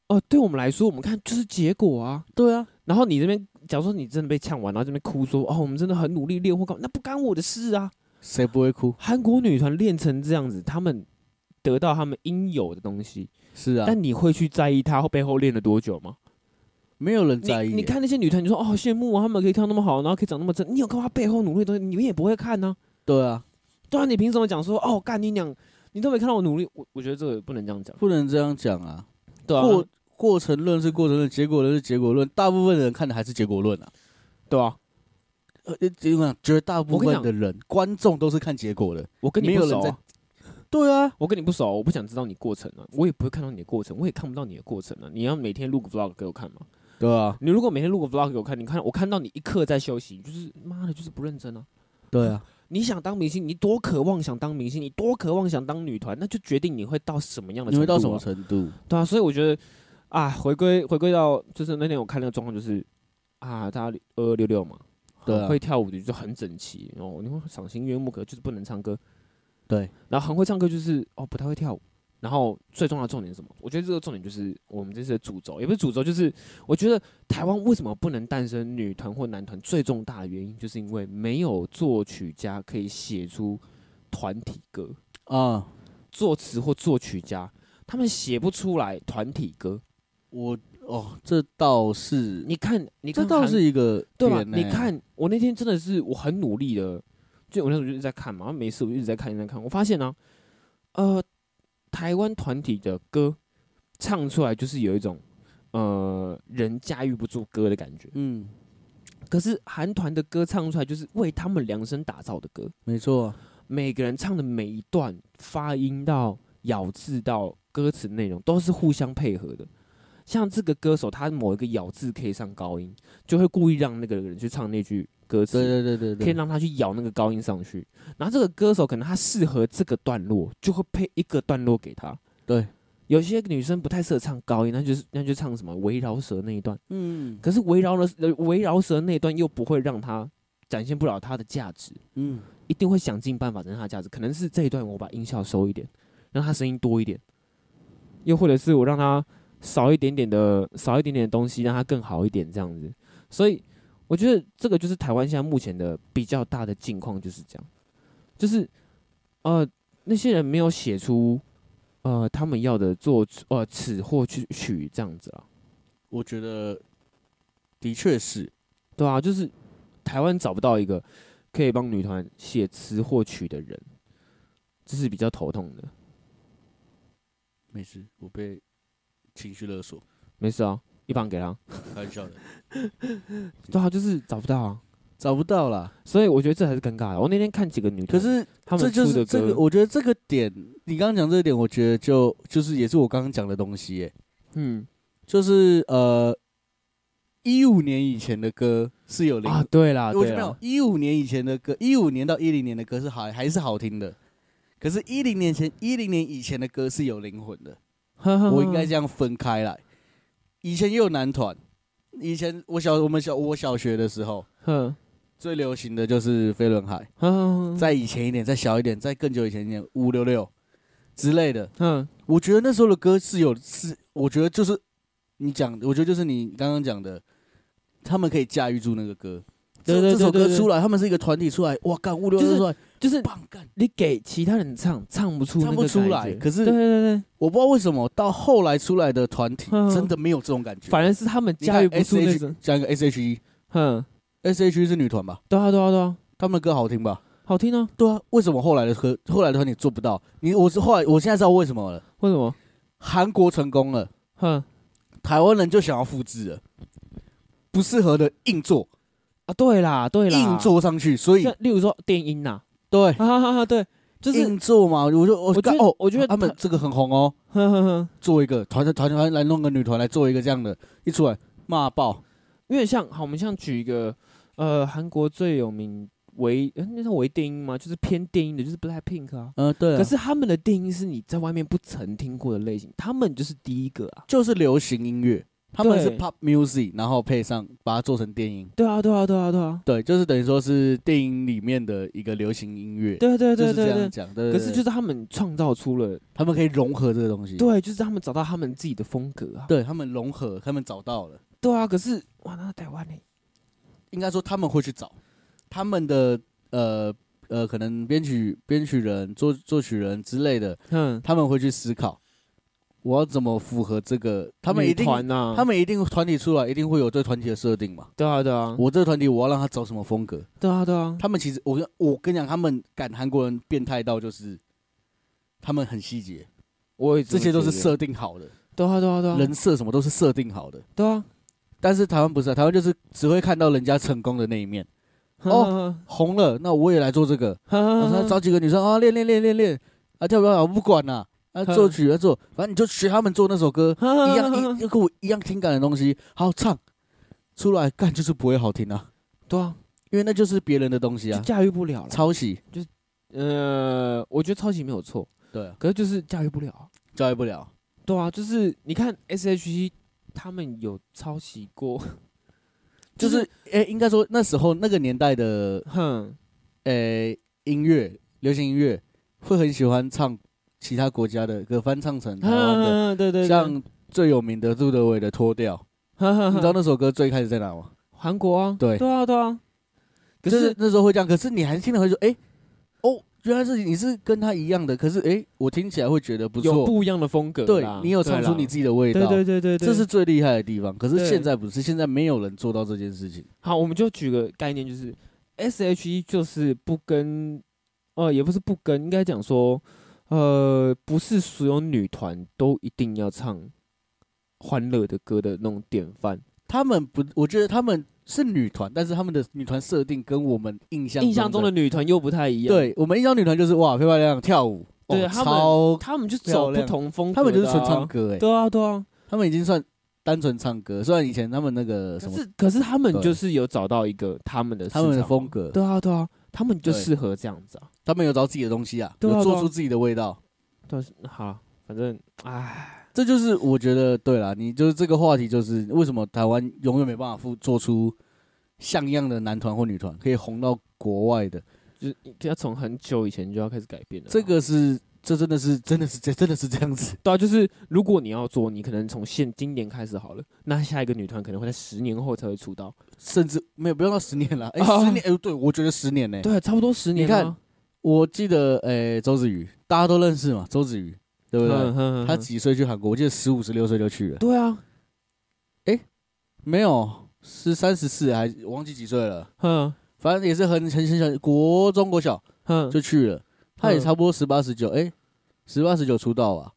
Speaker 2: 哦、对我们来说，我们看就是结果啊。
Speaker 3: 对啊，
Speaker 2: 然后你这边，假如说你真的被呛完，然后这边哭说，哦，我们真的很努力练或干嘛，那不干我的事啊。
Speaker 3: 谁不会哭？
Speaker 2: 韩国女团练成这样子，她们得到她们应有的东西，
Speaker 3: 是啊，
Speaker 2: 但你会去在意她背后练了多久吗？
Speaker 3: 没有人
Speaker 2: 你
Speaker 3: 在意啊耶。
Speaker 2: 你看那些女团，你说哦，好羡慕啊，她们可以跳那么好，然后可以长那么正，你有看她背后努力的东西，你们也不会看呢、
Speaker 3: 对啊，
Speaker 2: 对啊，你凭什么讲说，哦，干你娘，你都没看到我努力？我我觉得这个不能这样讲。
Speaker 3: 不能这样讲啊。
Speaker 2: 对
Speaker 3: 过过程论是过程论，结果论是结果论，大部分人看的还是结果论啊。
Speaker 2: 对啊，
Speaker 3: 呃，怎么讲？绝大部
Speaker 2: 我跟你
Speaker 3: 分
Speaker 2: 讲
Speaker 3: 的人观众都是看结果的，
Speaker 2: 我跟你
Speaker 3: 没
Speaker 2: 不
Speaker 3: 有
Speaker 2: 熟
Speaker 3: 人在
Speaker 2: 啊。
Speaker 3: 对啊，
Speaker 2: 我跟你不熟，我不想知道你过程啊，我也不会看到你的过程，我也看不到你的过程啊。你要每天录个 vlog 给我看吗？
Speaker 3: 对啊，
Speaker 2: 你如果每天录个 vlog 给我看，你看我看到你一刻在休息，你就是妈的，就是不认真啊。
Speaker 3: 对啊，
Speaker 2: 你想当明星，你多渴望想当明星，你多渴望想当女团，那就决定你会到什么样的
Speaker 3: 你
Speaker 2: 程度、啊。
Speaker 3: 会到什么程度？
Speaker 2: 对啊，所以我觉得啊，回归回归到就是那天我看那个状况，就是啊，大家二二六六嘛，
Speaker 3: 对啊
Speaker 2: 很会跳舞的就很整齐，然后你会赏心悦目，可就是不能唱歌，
Speaker 3: 对，
Speaker 2: 然后很会唱歌就是哦不太会跳舞，然后最重要的重点是什么？我觉得这个重点就是我们这次的主轴，也不是主轴，就是我觉得台湾为什么不能诞生女团或男团，最重大的原因就是因为没有作曲家可以写出团体歌，嗯
Speaker 3: 啊，
Speaker 2: 作词或作曲家。他们写不出来团体歌，
Speaker 3: 我哦，这倒是，
Speaker 2: 你看，你看
Speaker 3: 这
Speaker 2: 韩，
Speaker 3: 倒是一个
Speaker 2: 对吧？
Speaker 3: 点欸呢
Speaker 2: 你，看我那天真的是我很努力的，就我那时候就一直在看嘛，然后没事我就一直在看，一直在看。我发现呢、呃，台湾团体的歌唱出来就是有一种呃人驾驭不住歌的感觉，
Speaker 3: 嗯，
Speaker 2: 可是韩团的歌唱出来就是为他们量身打造的歌，
Speaker 3: 没错，啊
Speaker 2: 每个人唱的每一段发音到咬字到歌词内容都是互相配合的。像这个歌手，他某一个咬字可以上高音，就会故意让那个人去唱那句歌
Speaker 3: 对
Speaker 2: 词，
Speaker 3: 对对对对，
Speaker 2: 可以让他去咬那个高音上去。然后这个歌手可能他适合这个段落，就会配一个段落给他。
Speaker 3: 对，
Speaker 2: 有些女生不太适合唱高音，那就是那就唱什么围绕舌那一段。
Speaker 3: 嗯
Speaker 2: 可是围绕了呃围绕舌那一段又不会让他展现不了他的价值。
Speaker 3: 嗯，
Speaker 2: 一定会想尽办法增加它的价值。可能是这一段我把音效收一点，让它声音多一点，又或者是我让它少一点点的少一点点的东西，让它更好一点这样子。所以我觉得这个就是台湾现在目前的比较大的境况就是这样，就是呃那些人没有写出呃他们要的作呃词或去曲这样子啊，
Speaker 3: 我觉得的确是，
Speaker 2: 对啊，就是台湾找不到一个可以帮女团写词或曲的人，这是比较头痛的。
Speaker 3: 没事，我被情绪勒索，
Speaker 2: 没事啊，一棒给他。
Speaker 3: 开玩笑的，
Speaker 2: 对啊，就是找不到啊，
Speaker 3: (laughs) 找不到啦。
Speaker 2: 所以我觉得这才是尴尬的。我那天看几个女
Speaker 3: 可
Speaker 2: 团，
Speaker 3: 是
Speaker 2: 他
Speaker 3: 这
Speaker 2: 们
Speaker 3: 就
Speaker 2: 出
Speaker 3: 是
Speaker 2: 的
Speaker 3: 这个，
Speaker 2: 歌，
Speaker 3: 我觉得这个点，你刚刚讲这个点，我觉得就就是也是我刚刚讲的东西、耶，
Speaker 2: 嗯
Speaker 3: 就是呃，一五年以前的歌是有灵，
Speaker 2: 啊，对啦，
Speaker 3: 我觉
Speaker 2: 对
Speaker 3: 得没有
Speaker 2: 啦，
Speaker 3: 一五年以前的歌，一五年到一零年的歌是好还是好听的，可是，一零年前一零年以前的歌是有灵魂的，
Speaker 2: 嗯
Speaker 3: 我应该这样分开来。以前也有男团，以前我小我们小我小学的时候
Speaker 2: 哼，
Speaker 3: 最流行的就是飞轮海。
Speaker 2: 哼，
Speaker 3: 再以前一点，再小一点，再更久以前一点，五六六之类的。
Speaker 2: 哼，
Speaker 3: 我觉得那时候的歌是有是，我觉得就是你讲，我觉得就是你刚刚讲的，他们可以驾驭住那个歌。
Speaker 2: 对对
Speaker 3: 这这首
Speaker 2: 对对
Speaker 3: 歌
Speaker 2: 对
Speaker 3: 出来，他们是一个团体出来，哇干五六
Speaker 2: 就是
Speaker 3: 六出来，
Speaker 2: 就是
Speaker 3: 棒干！
Speaker 2: 你给其他人唱，唱不出那个
Speaker 3: 唱不出来
Speaker 2: 感觉
Speaker 3: 可是
Speaker 2: 对对对，
Speaker 3: 我不知道为什么到后来出来的团体
Speaker 2: 嗯
Speaker 3: 真的没有这种感觉。
Speaker 2: 反而是他们
Speaker 3: 你
Speaker 2: 驾
Speaker 3: 看
Speaker 2: 驭不住那
Speaker 3: SH
Speaker 2: 种，
Speaker 3: 讲一个 S.H.E，S.H.E
Speaker 2: 哼，
Speaker 3: E 是女团吧？
Speaker 2: 对啊对啊对啊，
Speaker 3: 他们的歌好听吧？
Speaker 2: 好听啊，
Speaker 3: 对啊，为什么后来的歌后来的团体做不到？你我是后来我现在知道为什么了，
Speaker 2: 为什么？
Speaker 3: 韩国成功了。
Speaker 2: 哼
Speaker 3: 台湾人就想要复制了，不适合的硬做，
Speaker 2: 啊，对啦对啦，
Speaker 3: 硬做上去，所以
Speaker 2: 像例如说电音
Speaker 3: (laughs)
Speaker 2: 呐，
Speaker 3: 对，
Speaker 2: 哈哈哈， (laughs) 对，就是
Speaker 3: 硬做嘛，我就我
Speaker 2: 我觉得
Speaker 3: 哦，
Speaker 2: 我觉得
Speaker 3: 他们
Speaker 2: 他
Speaker 3: 这个很红哦，
Speaker 2: 哼哼哼。
Speaker 3: 做一个团团团团来弄个女团来做一个这样的，一出来骂爆，
Speaker 2: (laughs) 因为像好，我们像举一个呃韩国最有名为呃那叫为电音吗？就是偏电音的，就是 Blackpink 啊。
Speaker 3: 嗯、对、
Speaker 2: 可是他们的电音是你在外面不曾听过的类型，他们就是第一个啊。
Speaker 3: 就是流行音乐，他们是
Speaker 2: 对
Speaker 3: pop music，然后配上把它做成电音，
Speaker 2: 对啊，对啊，对啊，对啊，
Speaker 3: 对，就是等于说是电影里面的一个流行音乐，
Speaker 2: 对啊对
Speaker 3: 就
Speaker 2: 对
Speaker 3: 是这
Speaker 2: 对对
Speaker 3: 样。讲，对
Speaker 2: 可是就是是他们创造出了，
Speaker 3: 他们可以融合这个东西，
Speaker 2: 对，就是他们找到他们自己的风格啊。
Speaker 3: 对他们融合，他们找到了。
Speaker 2: 对啊，可是哇，那台湾呢？欸
Speaker 3: 应该说他们会去找他们的呃呃，可能编曲编曲人、作作曲人之类的，
Speaker 2: 嗯，
Speaker 3: 他们会去思考，我要怎么符合这个？他们一
Speaker 2: 女
Speaker 3: 定，
Speaker 2: 团呐，
Speaker 3: 他们一定团体出来，一定会有对团体的设定嘛。
Speaker 2: 对啊，对啊，
Speaker 3: 我这个团体，我要让他走什么风格？
Speaker 2: 对啊，对啊，
Speaker 3: 他们其实，我跟我跟你讲，他们赶韩国人变态到就是，他们很细节，
Speaker 2: 我也
Speaker 3: 这些都是
Speaker 2: 设，
Speaker 3: 设定好的，
Speaker 2: 对啊，对啊，对啊，
Speaker 3: 人设什么都是设定好的。
Speaker 2: 对啊，
Speaker 3: 但是台湾不是啊、台湾就是只会看到人家成功的那一面，
Speaker 2: 哦， (laughs)
Speaker 3: 红了，那我也来做这个，哦
Speaker 2: 哈哈
Speaker 3: 我
Speaker 2: 哈
Speaker 3: 说找几个女生啊，练练练练练，啊，跳不跳我不管啦、啊，
Speaker 2: 哼
Speaker 3: 作曲啊做，反正你就学他们做那首歌，一样
Speaker 2: 样
Speaker 3: 一就跟我一样听感的东西，好好唱出来，干就是不会好听啊，
Speaker 2: (laughs) 对啊，
Speaker 3: 因为那就是别人的东西
Speaker 2: 就
Speaker 3: 啊，
Speaker 2: 驾驭不了了。
Speaker 3: 抄袭，
Speaker 2: 呃，我觉得抄袭没有错，
Speaker 3: 对啊，
Speaker 2: 可是就是驾驭不了啊。
Speaker 3: 教育不了，
Speaker 2: 对啊，就是你看 S.H.E 他们有抄袭 (laughs) 过，就
Speaker 3: 就
Speaker 2: 是
Speaker 3: 是诶、应该说那时候那个年代的
Speaker 2: 哼，
Speaker 3: 诶、音乐，流行音乐会很喜欢唱其他国家的歌翻唱成台湾的，
Speaker 2: 哼 (laughs) 对对，
Speaker 3: 像最有名的杜德伟的《脱掉》，
Speaker 2: 你
Speaker 3: 你知道那首歌最开始在哪吗？
Speaker 2: 韩国啊，
Speaker 3: 对
Speaker 2: 对啊对啊，可
Speaker 3: 就是是那时候会这样，可是你还是听了会说，哎、哦，原来是你是跟他一样的，可是哎、我听起来会觉得不
Speaker 2: 有
Speaker 3: 错，
Speaker 2: 不一样的风格
Speaker 3: 对
Speaker 2: 啦，
Speaker 3: 你有唱
Speaker 2: 对
Speaker 3: 出
Speaker 2: 啦
Speaker 3: 你自己的味道，
Speaker 2: 对对对对对，
Speaker 3: 这是最厉害的地方。可是
Speaker 2: 对
Speaker 3: 现在不是，现在没有人做到这件事情，
Speaker 2: 好，我们就举个概念，就是 S.H.E 就是不跟，呃，也不是不跟，应该讲说，呃，不是所有女团都一定要唱欢乐的歌的那种典范。
Speaker 3: 他们不，我觉得他们是女团，但是他们的女团设定跟我们印象
Speaker 2: 印象中的
Speaker 3: 的，
Speaker 2: 女团又不太一样，，
Speaker 3: 对我们印象女团就是哇，漂漂亮亮跳舞，
Speaker 2: 对
Speaker 3: 哦、
Speaker 2: 他们
Speaker 3: 超，
Speaker 2: 他们就
Speaker 3: 漂
Speaker 2: 走不
Speaker 3: 亮
Speaker 2: 同风格、啊
Speaker 3: 他们就是纯唱，歌哎、
Speaker 2: 对啊，对啊。
Speaker 3: 他们已经算单纯唱歌，虽然以前他们那个
Speaker 2: 可
Speaker 3: 什么，
Speaker 2: 是可是他们
Speaker 3: 对
Speaker 2: 就是有找到一个他们的
Speaker 3: 他们
Speaker 2: 市
Speaker 3: 的
Speaker 2: 场
Speaker 3: 风
Speaker 2: 嘛，
Speaker 3: 格，
Speaker 2: 对啊，对啊，他们就
Speaker 3: 对
Speaker 2: 适合这样子啊。
Speaker 3: 他们有找自己的东西啊，
Speaker 2: 对啊对
Speaker 3: 有做
Speaker 2: 啊
Speaker 3: 出自己的味道。
Speaker 2: 但是好，反正唉，
Speaker 3: 这就是我觉得对啦，你就是这个话题，就是为什么台湾永远没办法复做出像样的男团或女团，可以红到国外
Speaker 2: 啊
Speaker 3: 的，
Speaker 2: 就是要从很久以前就要开始改变了啊。
Speaker 3: 这个是这真的是真的是这真的是这样子， (laughs)
Speaker 2: 对啊，就是如果你要做，你可能从现今年开始好了，那下一个女团可能会在十年后才会出道。
Speaker 3: 甚至没有不用到十年了，哎，
Speaker 2: 啊
Speaker 3: 十年，哎，对我觉得十年呢、
Speaker 2: 对，差不多十年
Speaker 3: 年
Speaker 2: 啊。
Speaker 3: 啊我记得哎，周子瑜大家都认识嘛，周子瑜对不对？
Speaker 2: 对
Speaker 3: 他几岁去韩国？我记得十五十六岁就去了，
Speaker 2: 对啊，
Speaker 3: 没有是三十四还忘记几岁了，
Speaker 2: 哼
Speaker 3: 反正也是很很很小国中国小。
Speaker 2: 哼，就
Speaker 3: 就去了。他
Speaker 2: 嗯
Speaker 3: 也差不多十八十九，哎，十八十九出道啊。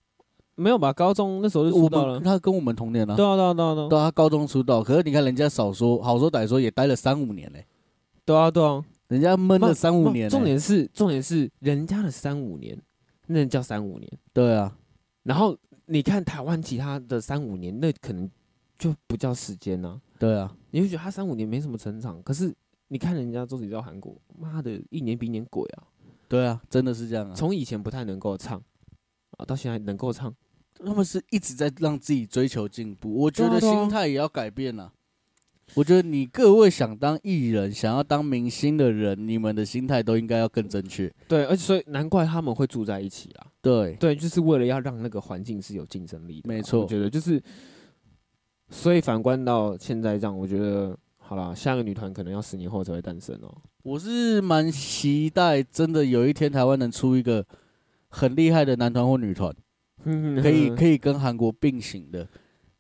Speaker 2: 没有吧？高中那时候就
Speaker 3: 我
Speaker 2: 出道了
Speaker 3: 们。他跟我们同年啊，
Speaker 2: 对啊，对啊，对啊，对啊
Speaker 3: 对啊，他高中出道。可是你看人家少说，好说歹说也待了三五年嘞，
Speaker 2: 对啊，对啊。
Speaker 3: 人家闷了
Speaker 2: 不
Speaker 3: 三
Speaker 2: 不
Speaker 3: 五年。欸
Speaker 2: 重，点是，重点是人家的三五年，那叫三五年。
Speaker 3: 对啊，
Speaker 2: 然后你看台湾其他的三五年，那可能就不叫时间呐、
Speaker 3: 对啊，
Speaker 2: 你会觉得他三五年没什么成长，可是你看人家周子瑜到韩国，妈的，一年比一年鬼啊！
Speaker 3: 对啊，真的是这样啊。
Speaker 2: 从以前不太能够唱啊，到现在能够唱，
Speaker 3: 他们是一直在让自己追求进步，我觉
Speaker 2: 对
Speaker 3: 得
Speaker 2: 啊对啊
Speaker 3: 心态也要改变啊。我觉得你各位想当艺人、想要当明星的人，你们的心态都应该要更正确。
Speaker 2: 对，而且所以难怪他们会住在一起啊啦。
Speaker 3: 对，
Speaker 2: 对，就是为了要让那个环境是有竞争力的啦。
Speaker 3: 没错
Speaker 2: 我觉得就是，所以反观到现在这样，我觉得好啦，下个女团可能要十年后才会诞生哦、
Speaker 3: 我是蛮期待，真的有一天台湾能出一个很厉害的男团或女团，可
Speaker 2: 可
Speaker 3: 以
Speaker 2: 以
Speaker 3: 可以跟韩国并行的。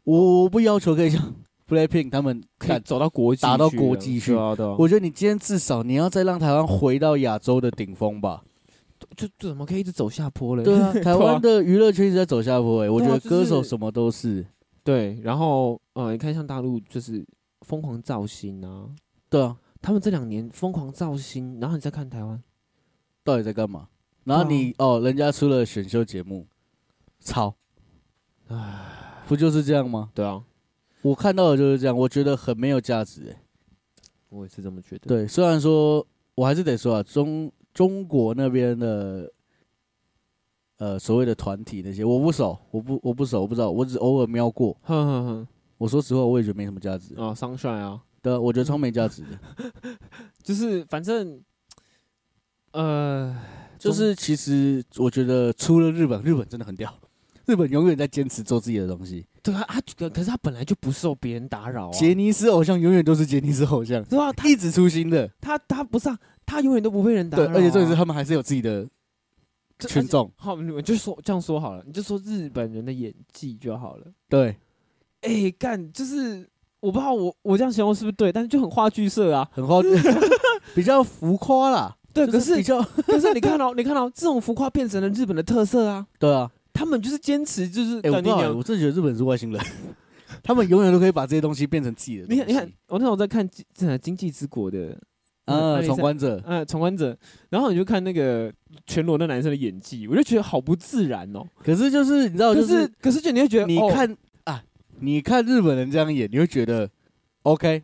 Speaker 3: 我我不要求可以像 (laughs) BLACKPINK 他们
Speaker 2: 可以
Speaker 3: 看，
Speaker 2: 走到国际去了，
Speaker 3: 打到国际去
Speaker 2: 对啊对啊。
Speaker 3: 我觉得你今天至少你要再让台湾回到亚洲的顶峰吧。
Speaker 2: 就就怎么可以一直走下坡嘞？ (laughs)
Speaker 3: (laughs) 对啊，台湾的娱乐圈一直在走下坡、欸，我觉
Speaker 2: 对啊
Speaker 3: 得
Speaker 2: 就是
Speaker 3: 歌手什么都是。
Speaker 2: 对，然后呃，你看像大陆就是疯狂造星啊，
Speaker 3: 对啊，
Speaker 2: 他们这两年疯狂造星，然后你再看台湾，
Speaker 3: 到底在干嘛？然后你、哦，人家出了选秀节目，操，
Speaker 2: 唉，
Speaker 3: 不就是这样吗？
Speaker 2: 对啊，
Speaker 3: 我看到的就是这样，我觉得很没有价值、欸。
Speaker 2: 我也是这么觉得。
Speaker 3: 对，虽然说我还是得说啊，中中国那边的呃所谓的团体那些，我不熟，我不我不熟，我不知道，我只偶尔瞄过。
Speaker 2: 哼哼
Speaker 3: 我说实话，我也觉得没什么价值
Speaker 2: 哼，。啊，商帅啊，
Speaker 3: 对啊，我觉得超没价值的。
Speaker 2: (laughs) 就是反正，呃，
Speaker 3: 就是其实我觉得除了日本，日本真的很屌，日本永远在坚持做自己的东西。
Speaker 2: 对啊，他可可是他本来就不受别人打扰啊，
Speaker 3: 杰尼斯偶像永远都是杰尼斯偶像，
Speaker 2: 对啊，他
Speaker 3: 一直出新的。
Speaker 2: 他他不是啊，他永远都不被人打
Speaker 3: 对，
Speaker 2: 扰啊、
Speaker 3: 而且这是他们还是有自己的
Speaker 2: 这
Speaker 3: 群。众。
Speaker 2: 而且好，你们就说这样说好了，你就说日本人的演技就好了。
Speaker 3: 对，
Speaker 2: 哎、干，就是我不知道我我这样形容是不是对，但是就很话剧社啊。
Speaker 3: 很好， (laughs) 比较浮夸啦。
Speaker 2: 对，
Speaker 3: 就
Speaker 2: 可
Speaker 3: 比
Speaker 2: 是 (laughs)
Speaker 3: 较
Speaker 2: 可是你看哦到、你看到、这种浮夸变成了日本的特色啊。
Speaker 3: 对啊。
Speaker 2: 他们就是坚持，就是
Speaker 3: 哎、我
Speaker 2: 干
Speaker 3: 不知
Speaker 2: 你
Speaker 3: 道欸、
Speaker 2: 娘
Speaker 3: 我真的觉得日本是外星人， (laughs) 他们永远都可以把这些东西变成自己的东
Speaker 2: 你
Speaker 3: 西。
Speaker 2: 看，你看，我那时候在看《经呃经济之国》的呃
Speaker 3: 啊，
Speaker 2: 爱丽
Speaker 3: 闯
Speaker 2: 丝
Speaker 3: 关者，
Speaker 2: 呃，闯关者，然后你就看那个全裸那男生的演技，我就觉得好不自然哦。
Speaker 3: 可是就是你知道，
Speaker 2: 可
Speaker 3: 就是
Speaker 2: 可是就你会觉得，
Speaker 3: 你
Speaker 2: 哦，
Speaker 3: 看、啊，你看日本人这样演，你会觉得 OK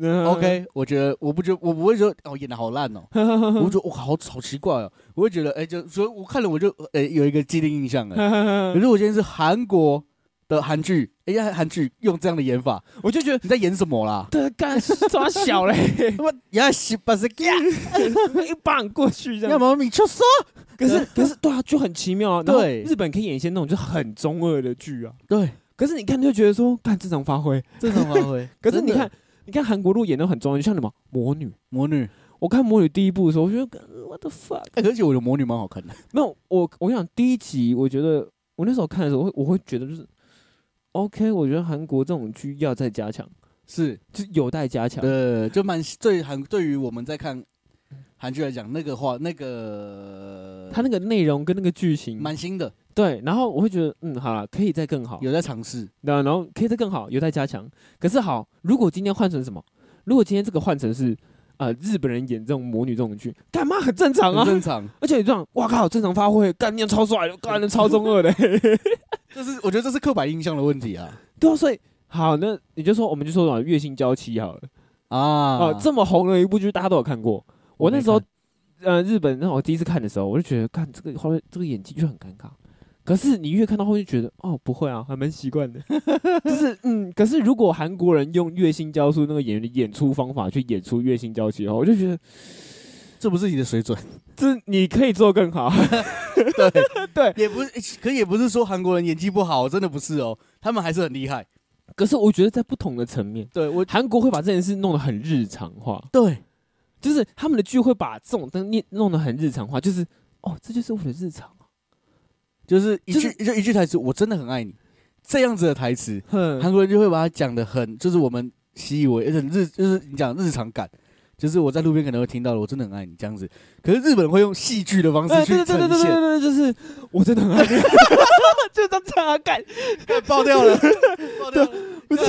Speaker 2: 嗯 (laughs)
Speaker 3: OK，、我觉得我不觉我不会说哦演的好烂哦，
Speaker 2: 嗯
Speaker 3: 我
Speaker 2: (laughs)
Speaker 3: 会觉得我好好奇怪哦，我会觉得哎、就所以我看了我就哎、有一个既定印
Speaker 2: 嗯
Speaker 3: 象了。可是我今天是韩国的韩剧，哎、呀韩剧用这样的演法，
Speaker 2: 我就觉得
Speaker 3: 你在演什么啦？
Speaker 2: (laughs) 对，干 (laughs) 抓小嘞， (laughs)
Speaker 3: 他妈也是把这个，
Speaker 2: 一棒过去这
Speaker 3: 要
Speaker 2: 样。
Speaker 3: 么你就说
Speaker 2: 可是可是对啊，就很奇妙啊。然后
Speaker 3: 对
Speaker 2: 日本可以演一些那种就很中二的剧啊。
Speaker 3: 对，
Speaker 2: 可是你看就觉得说，看正常发挥。
Speaker 3: (laughs) 正常发挥。
Speaker 2: 可是你
Speaker 3: 真的
Speaker 2: 看，你看韩国路演的很中二，就像什么魔女。
Speaker 3: 魔女，
Speaker 2: 我看魔女第一部的时候，我觉得呃 what the fuck。
Speaker 3: 哎而且我觉得魔女蛮好看的，
Speaker 2: 没有，我我想第一集，我觉得我那时候看的时候，我会我会觉得就是，OK，我觉得韩国这种剧要再加强，
Speaker 3: (laughs) 是
Speaker 2: 就有待加强。
Speaker 3: (laughs) 对，就蛮对韩对于我们在看韩剧来讲，那个话那个
Speaker 2: 它那个内容跟那个剧情，
Speaker 3: 蛮新的，
Speaker 2: 对，然后我会觉得，嗯，好了，可以再更好，
Speaker 3: 有在尝试，
Speaker 2: 那然后可以再更好，有待加强。可是好，如果今天换成什么？如果今天这个换成是呃日本人演这种魔女这种剧，干嘛很正常
Speaker 3: 很
Speaker 2: 啊？
Speaker 3: 正常。
Speaker 2: 而且你这样，哇靠，正常发挥，干念超帅的，干念超中二
Speaker 3: (laughs)
Speaker 2: 的。
Speaker 3: (laughs)
Speaker 2: (laughs)
Speaker 3: 这是我觉得这是刻板印象的问题啊
Speaker 2: 对啊，所以好，那你就说我们就说什么月薪娇妻好了。
Speaker 3: 啊
Speaker 2: 啊，这么红的一部剧，大家都有看过。我那时候
Speaker 3: 没，
Speaker 2: 呃，日本那我第一次看的时候，我就觉得，看这个后面这个演技就很尴尬。可是你越看到后面，觉得哦，不会啊，还蛮习 (laughs) 惯的。就是嗯，可是如果韩国人用月薪教出那个演员的演出方法去演出月薪娇妻的话，我就觉得
Speaker 3: 这不是你的水准，
Speaker 2: 这你可以做更好。
Speaker 3: (laughs)
Speaker 2: (laughs)
Speaker 3: 也不是，可也不是说韩国人演技不好，真的不是哦，他们还是很厉害。
Speaker 2: 可是我觉得在不同的层面，
Speaker 3: 对我
Speaker 2: 韩国会把这件事弄得很日常化，
Speaker 3: 对
Speaker 2: 就是他们的剧会把这种东西弄得很日常化，就是哦，这就是我的日常啊。
Speaker 3: 就是一句、
Speaker 2: 就是
Speaker 3: 就一句台词，我真的很爱你，这样子的台词，
Speaker 2: 哼
Speaker 3: (laughs) 韩国人就会把它讲的很，就是我们习以为很日，就是你讲日常感，就是我在路边可能会听到的，我真的很爱你这样子。可是日本人会用戏剧的方式
Speaker 2: 哎，
Speaker 3: 去
Speaker 2: 对对
Speaker 3: 呈
Speaker 2: 对对对
Speaker 3: 现，
Speaker 2: 对对，就是我真的很爱你， (laughs) 就这样这样啊
Speaker 3: (laughs)
Speaker 2: 干，
Speaker 3: 干爆掉 (laughs) 了，爆掉了，
Speaker 2: 不是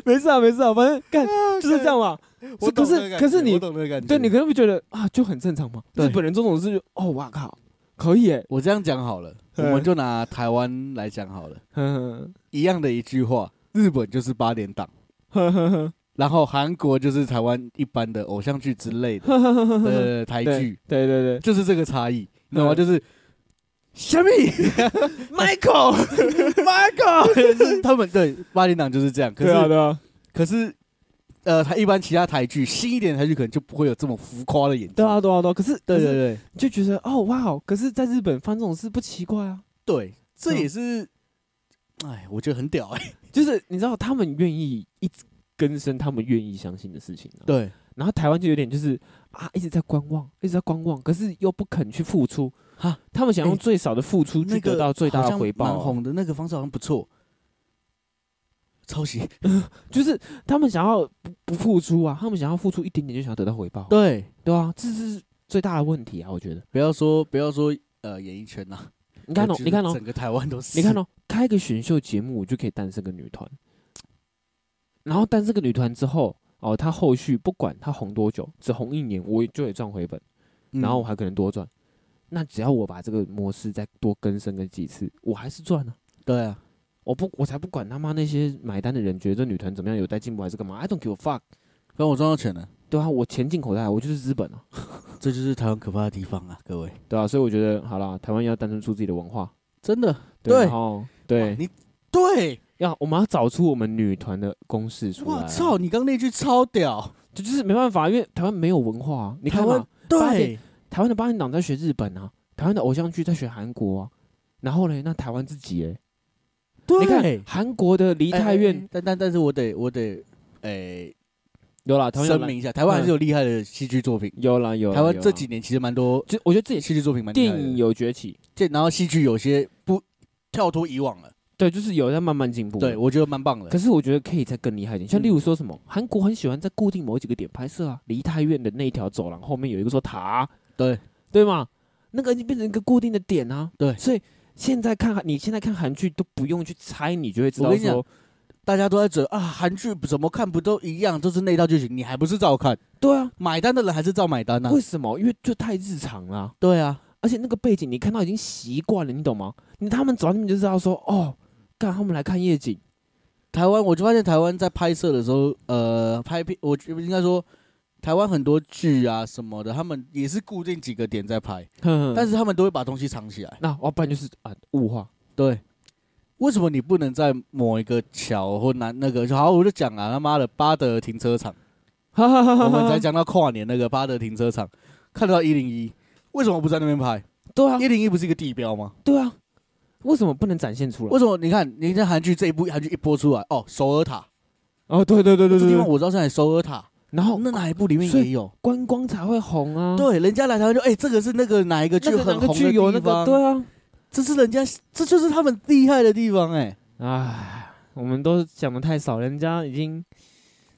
Speaker 2: (laughs) 没事啊没事啊，反正干就是这样嘛。
Speaker 3: 我
Speaker 2: 是可
Speaker 3: 懂那个
Speaker 2: 是
Speaker 3: 感觉。
Speaker 2: 可是
Speaker 3: 我
Speaker 2: 你
Speaker 3: 懂那个感觉，
Speaker 2: 对你可能会觉得啊就很正常嘛，
Speaker 3: 嗯对
Speaker 2: 日本人做这种事就哦哇靠，可以哎，
Speaker 3: 我这样讲好了，我
Speaker 2: 嗯
Speaker 3: 们就拿台湾来讲好了，
Speaker 2: 嗯
Speaker 3: 一样的一句话，日本就是八点档。
Speaker 2: 呵呵呵
Speaker 3: 然后韩国就是台湾一般的偶像剧之 (laughs) 类的，
Speaker 2: 呵呵呵，
Speaker 3: 呃，台
Speaker 2: 对
Speaker 3: 剧
Speaker 2: 对对对
Speaker 3: 就是这个差异，你懂吗？
Speaker 2: 嗯
Speaker 3: 就是虾米
Speaker 2: (laughs)
Speaker 3: (laughs)
Speaker 2: ，Michael
Speaker 3: 就是他们对八点档就是这 (laughs) 样，可
Speaker 2: 对啊
Speaker 3: 是
Speaker 2: 对啊
Speaker 3: 可是呃，台一般其他台剧新一点的台剧可能就不会有这么浮夸的演技，
Speaker 2: 对啊对啊对啊，可是可
Speaker 3: 对对
Speaker 2: 是
Speaker 3: 对
Speaker 2: 就觉得哦哇哦，可是在日本发生这种事不奇怪啊，
Speaker 3: 对，这
Speaker 2: 嗯
Speaker 3: 也是，哎，我觉得很屌哎，
Speaker 2: 就是你知道他们愿意一直更生他们愿意相信的事情啊。
Speaker 3: 对
Speaker 2: 然后台湾就有点就是啊，一直在观望，一直在观望，可是又不肯去付出
Speaker 3: 哈。
Speaker 2: 他们想用
Speaker 3: 哎
Speaker 2: 最少的付出去
Speaker 3: 那
Speaker 2: 得
Speaker 3: 个
Speaker 2: 到最大
Speaker 3: 好
Speaker 2: 的
Speaker 3: 像
Speaker 2: 回报啊、
Speaker 3: 蛮红的那个方式好像不错，抄袭，
Speaker 2: 就是他们想要不不付出啊，他们想要付出一点点就想要得到回报，
Speaker 3: 对，
Speaker 2: 对啊，这是最大的问题啊，我觉得。
Speaker 3: 不要说不要说呃演艺圈呐，
Speaker 2: 你看
Speaker 3: 我
Speaker 2: 哦，
Speaker 3: 觉
Speaker 2: 你
Speaker 3: 得
Speaker 2: 看哦，
Speaker 3: 整个台湾都是，
Speaker 2: 你看哦，开个选秀节目我就可以诞生个女团，然后诞生个女团之后，哦，她后续不管她红多久，只红一年，我也就得赚回本。
Speaker 3: 嗯，
Speaker 2: 然后我还可能多赚。那只要我把这个模式再多更生个几次，我还是赚啊！
Speaker 3: 对啊，
Speaker 2: 我不，我才不管他妈那些买单的人觉得这女团怎么样，有待进步还是干嘛？I don't give a fuck，
Speaker 3: 跟我赚到钱了，
Speaker 2: 对啊，我钱进口袋，我就是资本啊，
Speaker 3: 这就是台湾可怕的地方啊，各位，
Speaker 2: 对啊，所以我觉得好啦，台湾要诞生出自己的文化，
Speaker 3: 真的，对
Speaker 2: 然后对，
Speaker 3: 你对，
Speaker 2: 要我们要找出我们女团的公式出来、啊
Speaker 3: 我，操，你刚那句超屌，
Speaker 2: 这就是没办法，因为台湾没有文化、啊，你
Speaker 3: 台
Speaker 2: 看
Speaker 3: 湾
Speaker 2: 嘛，八
Speaker 3: 对
Speaker 2: 点，台湾的八点档在学日本啊，台湾的偶像剧在学韩国啊，然后呢，那台湾自己哎、
Speaker 3: 对，
Speaker 2: 你看韩国的梨泰院
Speaker 3: 哎，哎哎但但但是我得我得，哎，
Speaker 2: 有啦，台湾有
Speaker 3: 声
Speaker 2: 啦
Speaker 3: 明一下，台湾还是有厉害的戏剧作品，
Speaker 2: 有啦有啦。
Speaker 3: 台湾
Speaker 2: 有啦
Speaker 3: 这几，年其实蛮多
Speaker 2: 就我觉得这也是
Speaker 3: 戏剧作品蛮
Speaker 2: 嗯
Speaker 3: 厉
Speaker 2: 电
Speaker 3: 害的
Speaker 2: 影，有崛起，
Speaker 3: 这然后戏剧有些不跳脱以往了，
Speaker 2: 对，就是有在慢慢进步。
Speaker 3: 对，我觉得蛮棒的
Speaker 2: 可，是我觉得可以再更厉害一点，像
Speaker 3: 嗯
Speaker 2: 例如说什么，韩国很喜欢在固定某几个点拍摄啊，梨泰院的那一条走廊后面有一个座塔，啊
Speaker 3: 对
Speaker 2: 对吗？那个已经变成一个固定的点啊。
Speaker 3: 对
Speaker 2: 所以现在看你现在看韩剧都不用去猜，你就会知
Speaker 3: 我
Speaker 2: 道
Speaker 3: 跟你讲
Speaker 2: 说，
Speaker 3: 大家都在嘴啊，韩剧怎么看不都一样，都是那套剧情，你还不是照看，
Speaker 2: 对啊，啊
Speaker 3: 买单的人还是照买单呐，啊
Speaker 2: 为什么？因为就太日常啦、
Speaker 3: 对啊，
Speaker 2: 而且那个背景你看到已经习惯了，你懂吗？你他们走到那边就知道说，哦，干他们来看夜景，
Speaker 3: 台湾，我就发现台湾在拍摄的时候，呃，拍片，我觉得应该说，台湾很多剧啊什么的，他们也是固定几个点在拍，
Speaker 2: 哼
Speaker 3: 但
Speaker 2: 是
Speaker 3: 是他们都会把东西藏起来。
Speaker 2: 那要不然就是啊物化，
Speaker 3: 对，为什么你不能在某一个桥或南那个？好，我就讲啊，他妈的巴德停车
Speaker 2: (laughs)
Speaker 3: 场，
Speaker 2: 哈哈哈哈
Speaker 3: 我们才讲到跨年那个巴德停车场，看到一零一，为什么不在那边拍？
Speaker 2: 对啊
Speaker 3: 一零一不是一个地标吗？
Speaker 2: 对啊，为什么不能展现出来
Speaker 3: 为？什么？你看，你看韩剧这一部韩剧一播出来，哦，首尔塔，
Speaker 2: 哦，对对对对
Speaker 3: 这
Speaker 2: 对
Speaker 3: 地方
Speaker 2: 对，
Speaker 3: 我知道在哪，首尔塔，哦
Speaker 2: 然后
Speaker 3: 那哪一部里面
Speaker 2: 所以哦
Speaker 3: 也有？
Speaker 2: 观光才会红啊，，
Speaker 3: 对，人家来台湾就哎、这个是那个哪一个剧
Speaker 2: 那个
Speaker 3: 很
Speaker 2: 哪
Speaker 3: 红
Speaker 2: 个
Speaker 3: 的
Speaker 2: 剧有那
Speaker 3: 地
Speaker 2: 个
Speaker 3: 方，
Speaker 2: 对啊，
Speaker 3: 这是人家，这就是他们厉害的地方哎、
Speaker 2: 唉，我们都讲的太少，人家已经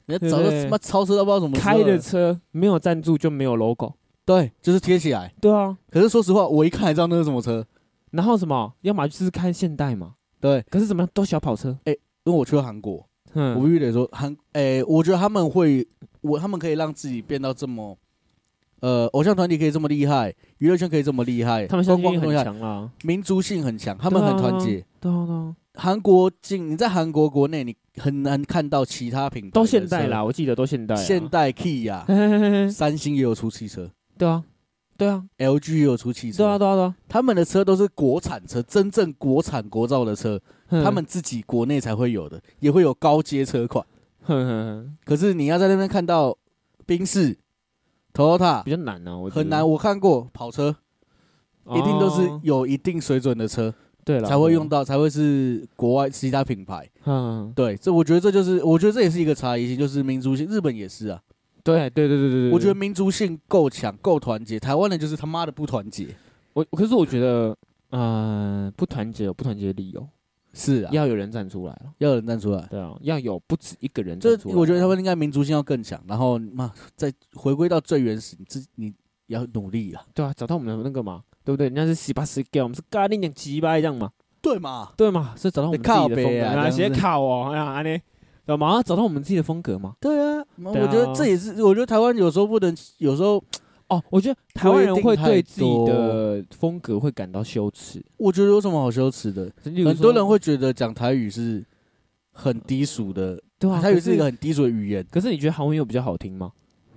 Speaker 3: 人家
Speaker 2: 对
Speaker 3: 早就
Speaker 2: 对
Speaker 3: 他妈超车都不知道怎么
Speaker 2: 开的
Speaker 3: 的，
Speaker 2: 车没有赞助就没有 logo，
Speaker 3: 对，就是贴起来。
Speaker 2: 对啊，
Speaker 3: 可是说实话，我一看还知道那是什么车，
Speaker 2: 然后什么，要么就是看现代嘛，
Speaker 3: 对，
Speaker 2: 可是怎么样都小跑车，
Speaker 3: 因为我去过韩国，我
Speaker 2: 嗯，
Speaker 3: 必须得说韩，哎、我觉得他们会，我他们可以让自己变到这么，呃，偶像团体可以这么厉害，娱乐圈可以这么厉害，
Speaker 2: 他们
Speaker 3: 观
Speaker 2: 相
Speaker 3: 光
Speaker 2: 信
Speaker 3: 这
Speaker 2: 力
Speaker 3: 么厉
Speaker 2: 很
Speaker 3: 害
Speaker 2: 强啊，
Speaker 3: 民族性很强，他们很团结。
Speaker 2: 对啊对啊，
Speaker 3: 韩国境，你在韩国国内你很难看到其他品牌
Speaker 2: 都
Speaker 3: 的
Speaker 2: 现代
Speaker 3: 车
Speaker 2: 啦，，嗯我记得都现代啊，
Speaker 3: 现代 Key 呀、
Speaker 2: 嘿，嘿嘿嘿嘿
Speaker 3: 三星也有出汽车
Speaker 2: 对啊，对啊，
Speaker 3: ，LG 也有出汽车，
Speaker 2: 对啊，对啊，对啊，
Speaker 3: 他们的车都是国产车，真正国产国造的车，
Speaker 2: 哼
Speaker 3: 他们自己国内才会有的，也会有高阶车款。
Speaker 2: 哼哼哼
Speaker 3: 可是你要在那边看到宾士、Toyota
Speaker 2: 比较难啊，我觉得
Speaker 3: 很难，，我看过跑车，
Speaker 2: 哦
Speaker 3: 一定都是有一定水准的车
Speaker 2: 对啊了
Speaker 3: 才会用，到，才会是国外其他品牌。
Speaker 2: 嗯，
Speaker 3: 对，这我觉得这就是，我觉得这也是一个差异性，就是民族性。日本也是啊，
Speaker 2: 对对对对对对，
Speaker 3: 我觉得民族性够强、够团结，台湾人就是他妈的不团结。
Speaker 2: 我可是我觉得，呃，不团结有不团结的理由，
Speaker 3: 是啊，要
Speaker 2: 要有人站出来了，
Speaker 3: 要有人站出来。
Speaker 2: 对啊，要有不止一个人
Speaker 3: 这
Speaker 2: 站出来，
Speaker 3: 我觉得他们应该民族性要更强，然后嘛，再回归到最原始，你自你要努力啊，
Speaker 2: 对啊，找到我们的那个嘛，对不对？人家是洗巴洗给我们是咖喱点鸡巴这样嘛，
Speaker 3: 对嘛？
Speaker 2: 对嘛？是找到我们自己的风
Speaker 3: 靠北
Speaker 2: 格
Speaker 3: 啊这样子
Speaker 2: 写考哦，哎呀，安尼，对嘛？找到我们自己的风格嘛。
Speaker 3: 对啊，我
Speaker 2: 对啊
Speaker 3: 觉得这也是，我觉得台湾有时候不能，有时候
Speaker 2: 哦，我觉得台湾人会对自己
Speaker 3: 规定
Speaker 2: 的风格会感到羞耻，
Speaker 3: 我觉得有什么好羞耻的？
Speaker 2: 例如
Speaker 3: 很
Speaker 2: 说
Speaker 3: 多人会觉得讲台语是很低俗的，
Speaker 2: 对啊，可
Speaker 3: 台语是一个。很低俗的语言，
Speaker 2: 可是你觉得韩文有比较好听吗？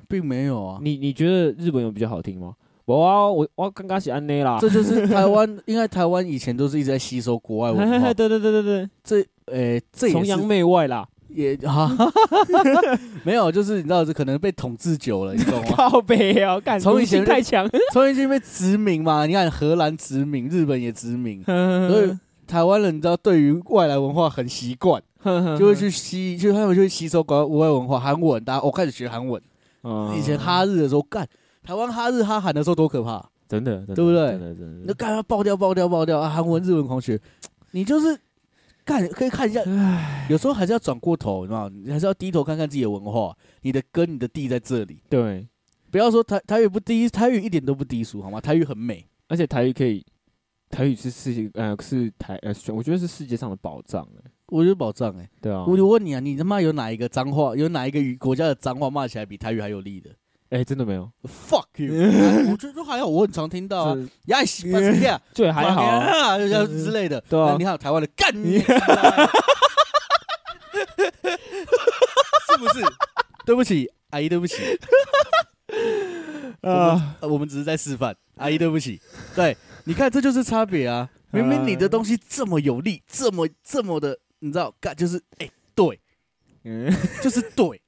Speaker 3: 并没有啊。
Speaker 2: 你你觉得日本有比较好听吗？我啊我我刚刚是安内啦，
Speaker 3: 这就是台湾， (laughs) 因为台湾以前都是一直在吸收国外文 (laughs) 化，
Speaker 2: 对对对对
Speaker 3: 这诶、这
Speaker 2: 对，
Speaker 3: 也
Speaker 2: 崇
Speaker 3: 是
Speaker 2: 洋媚外啦，
Speaker 3: 也 (laughs) 哈，没有，就是你知道，这可能被统治久了，你懂 (laughs) 吗？
Speaker 2: 靠北哦，干
Speaker 3: 从
Speaker 2: 奴
Speaker 3: 以前
Speaker 2: 性
Speaker 3: 就
Speaker 2: 太强，
Speaker 3: 从以前被殖民嘛，你看荷兰殖民，日本也殖民， (laughs)
Speaker 2: (laughs)
Speaker 3: 所以台湾人你知道，对于外来文化很习惯，就
Speaker 2: 就
Speaker 3: 会去吸，就他们就会吸收国国外文化，韩文，大家我开始学韩文，以前哈日的时候干。台湾哈日哈韩的时候多可怕，
Speaker 2: 真的，真的
Speaker 3: 对不对
Speaker 2: 真的真
Speaker 3: 你就
Speaker 2: 的，
Speaker 3: 干要爆掉爆掉爆掉啊！韩文日文狂学，你就是干可以看一下，有时候还是要转过头，你知道吗，你还是要低头看看自己的文化，你的根你的地在这里，
Speaker 2: 对，
Speaker 3: 不要说台台语不低，台语一点都不低俗，好吗？台语很美，
Speaker 2: 而且台语可以，台语是世界呃是台呃，我觉得是世界上的宝藏哎，
Speaker 3: (laughs) 我觉得保障哎、
Speaker 2: 对啊，
Speaker 3: 我就问你啊，你他妈有哪一个脏话，有哪一个语国家的脏话骂起来比台语还有力的
Speaker 2: 哎真的没有，
Speaker 3: ？Fuck you！啊 (laughs) 我觉得还好，我很常听到啊，
Speaker 2: 是
Speaker 3: 呀
Speaker 2: (laughs)
Speaker 3: 西巴斯呀，
Speaker 2: 对还好啊，
Speaker 3: 啊，就像之类的。
Speaker 2: 对啊
Speaker 3: 那你还有台湾的干
Speaker 2: (laughs)
Speaker 3: 你，是不是？对不起，阿姨，对不起，
Speaker 2: 啊
Speaker 3: 呃我们只是在示范。阿姨，对不起，对，你看这就是差别啊！明明你的东西这么有力，这么这么的，你知道，干就是哎、对，
Speaker 2: 嗯 (laughs)
Speaker 3: 就是对，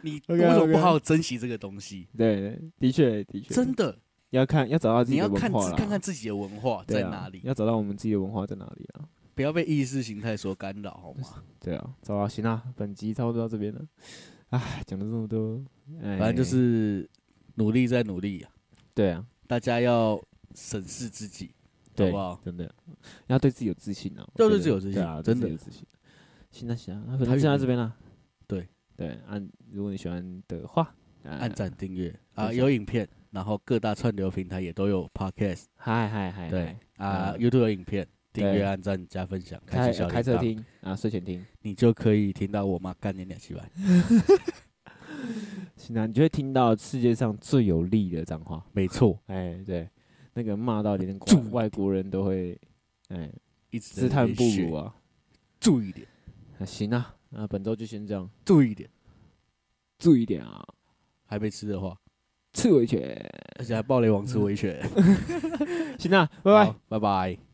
Speaker 3: 你为
Speaker 2: OK，OK
Speaker 3: 什么不好好珍惜这个东西？
Speaker 2: 对，的确的确，
Speaker 3: 真的，
Speaker 2: 要看要找到自
Speaker 3: 你
Speaker 2: 己的
Speaker 3: 要
Speaker 2: 文
Speaker 3: 看
Speaker 2: 化
Speaker 3: 自
Speaker 2: 啦
Speaker 3: 看看自己的文化
Speaker 2: 对
Speaker 3: 在
Speaker 2: 啊
Speaker 3: 哪里，
Speaker 2: 要找到我们自己的文化在哪里啊。
Speaker 3: 不要被意识形态所干扰，好吗？
Speaker 2: 对啊，走啊，行啊，本集差不多到这边了。唉，讲了这么多，哎
Speaker 3: 反正就是努力再努力啊，
Speaker 2: 对啊，
Speaker 3: 大家要审视自己，好
Speaker 2: 对
Speaker 3: 不，好？
Speaker 2: 真的要对自己有自信啊，
Speaker 3: 要
Speaker 2: 我觉
Speaker 3: 对
Speaker 2: 得
Speaker 3: 自己有自信
Speaker 2: 对啊，
Speaker 3: 真
Speaker 2: 对
Speaker 3: 的
Speaker 2: 自己有自信。行啊行啊，那可
Speaker 3: 台
Speaker 2: 能
Speaker 3: 语
Speaker 2: 就到
Speaker 3: 没
Speaker 2: 这边了。
Speaker 3: 对
Speaker 2: 对，按如果你喜欢的话，呃
Speaker 3: 按，赞、订阅啊，
Speaker 2: 对
Speaker 3: 有影片，然后各大串流平台也都有 podcast，
Speaker 2: 嗨嗨嗨，
Speaker 3: 对啊
Speaker 2: 嗯
Speaker 3: ，YouTube 有影片，订
Speaker 2: 对
Speaker 3: 阅、按赞、加分享，
Speaker 2: 嗨，开
Speaker 3: 启小
Speaker 2: 开车
Speaker 3: 铃铛，
Speaker 2: 听啊，睡前听。
Speaker 3: 你就可以听到我妈干你两七百，
Speaker 2: 行啊，你就会听到世界上最有力的脏话。
Speaker 3: 没错，
Speaker 2: 哎，对，那那个骂到连
Speaker 3: 注
Speaker 2: 国
Speaker 3: 意
Speaker 2: 外国人都会，哎，
Speaker 3: 一直在
Speaker 2: 自
Speaker 3: 那
Speaker 2: 叹
Speaker 3: 边
Speaker 2: 不
Speaker 3: 学
Speaker 2: 如，啊。
Speaker 3: 注意点，
Speaker 2: 啊行啊，那本周就先这样，
Speaker 3: 注意点，
Speaker 2: 注意点啊，
Speaker 3: 还没吃的话，
Speaker 2: 刺猬犬。
Speaker 3: 而且还暴雷王吃维权，
Speaker 2: 行啊，拜
Speaker 3: 哎
Speaker 2: 拜。
Speaker 3: 拜拜拜。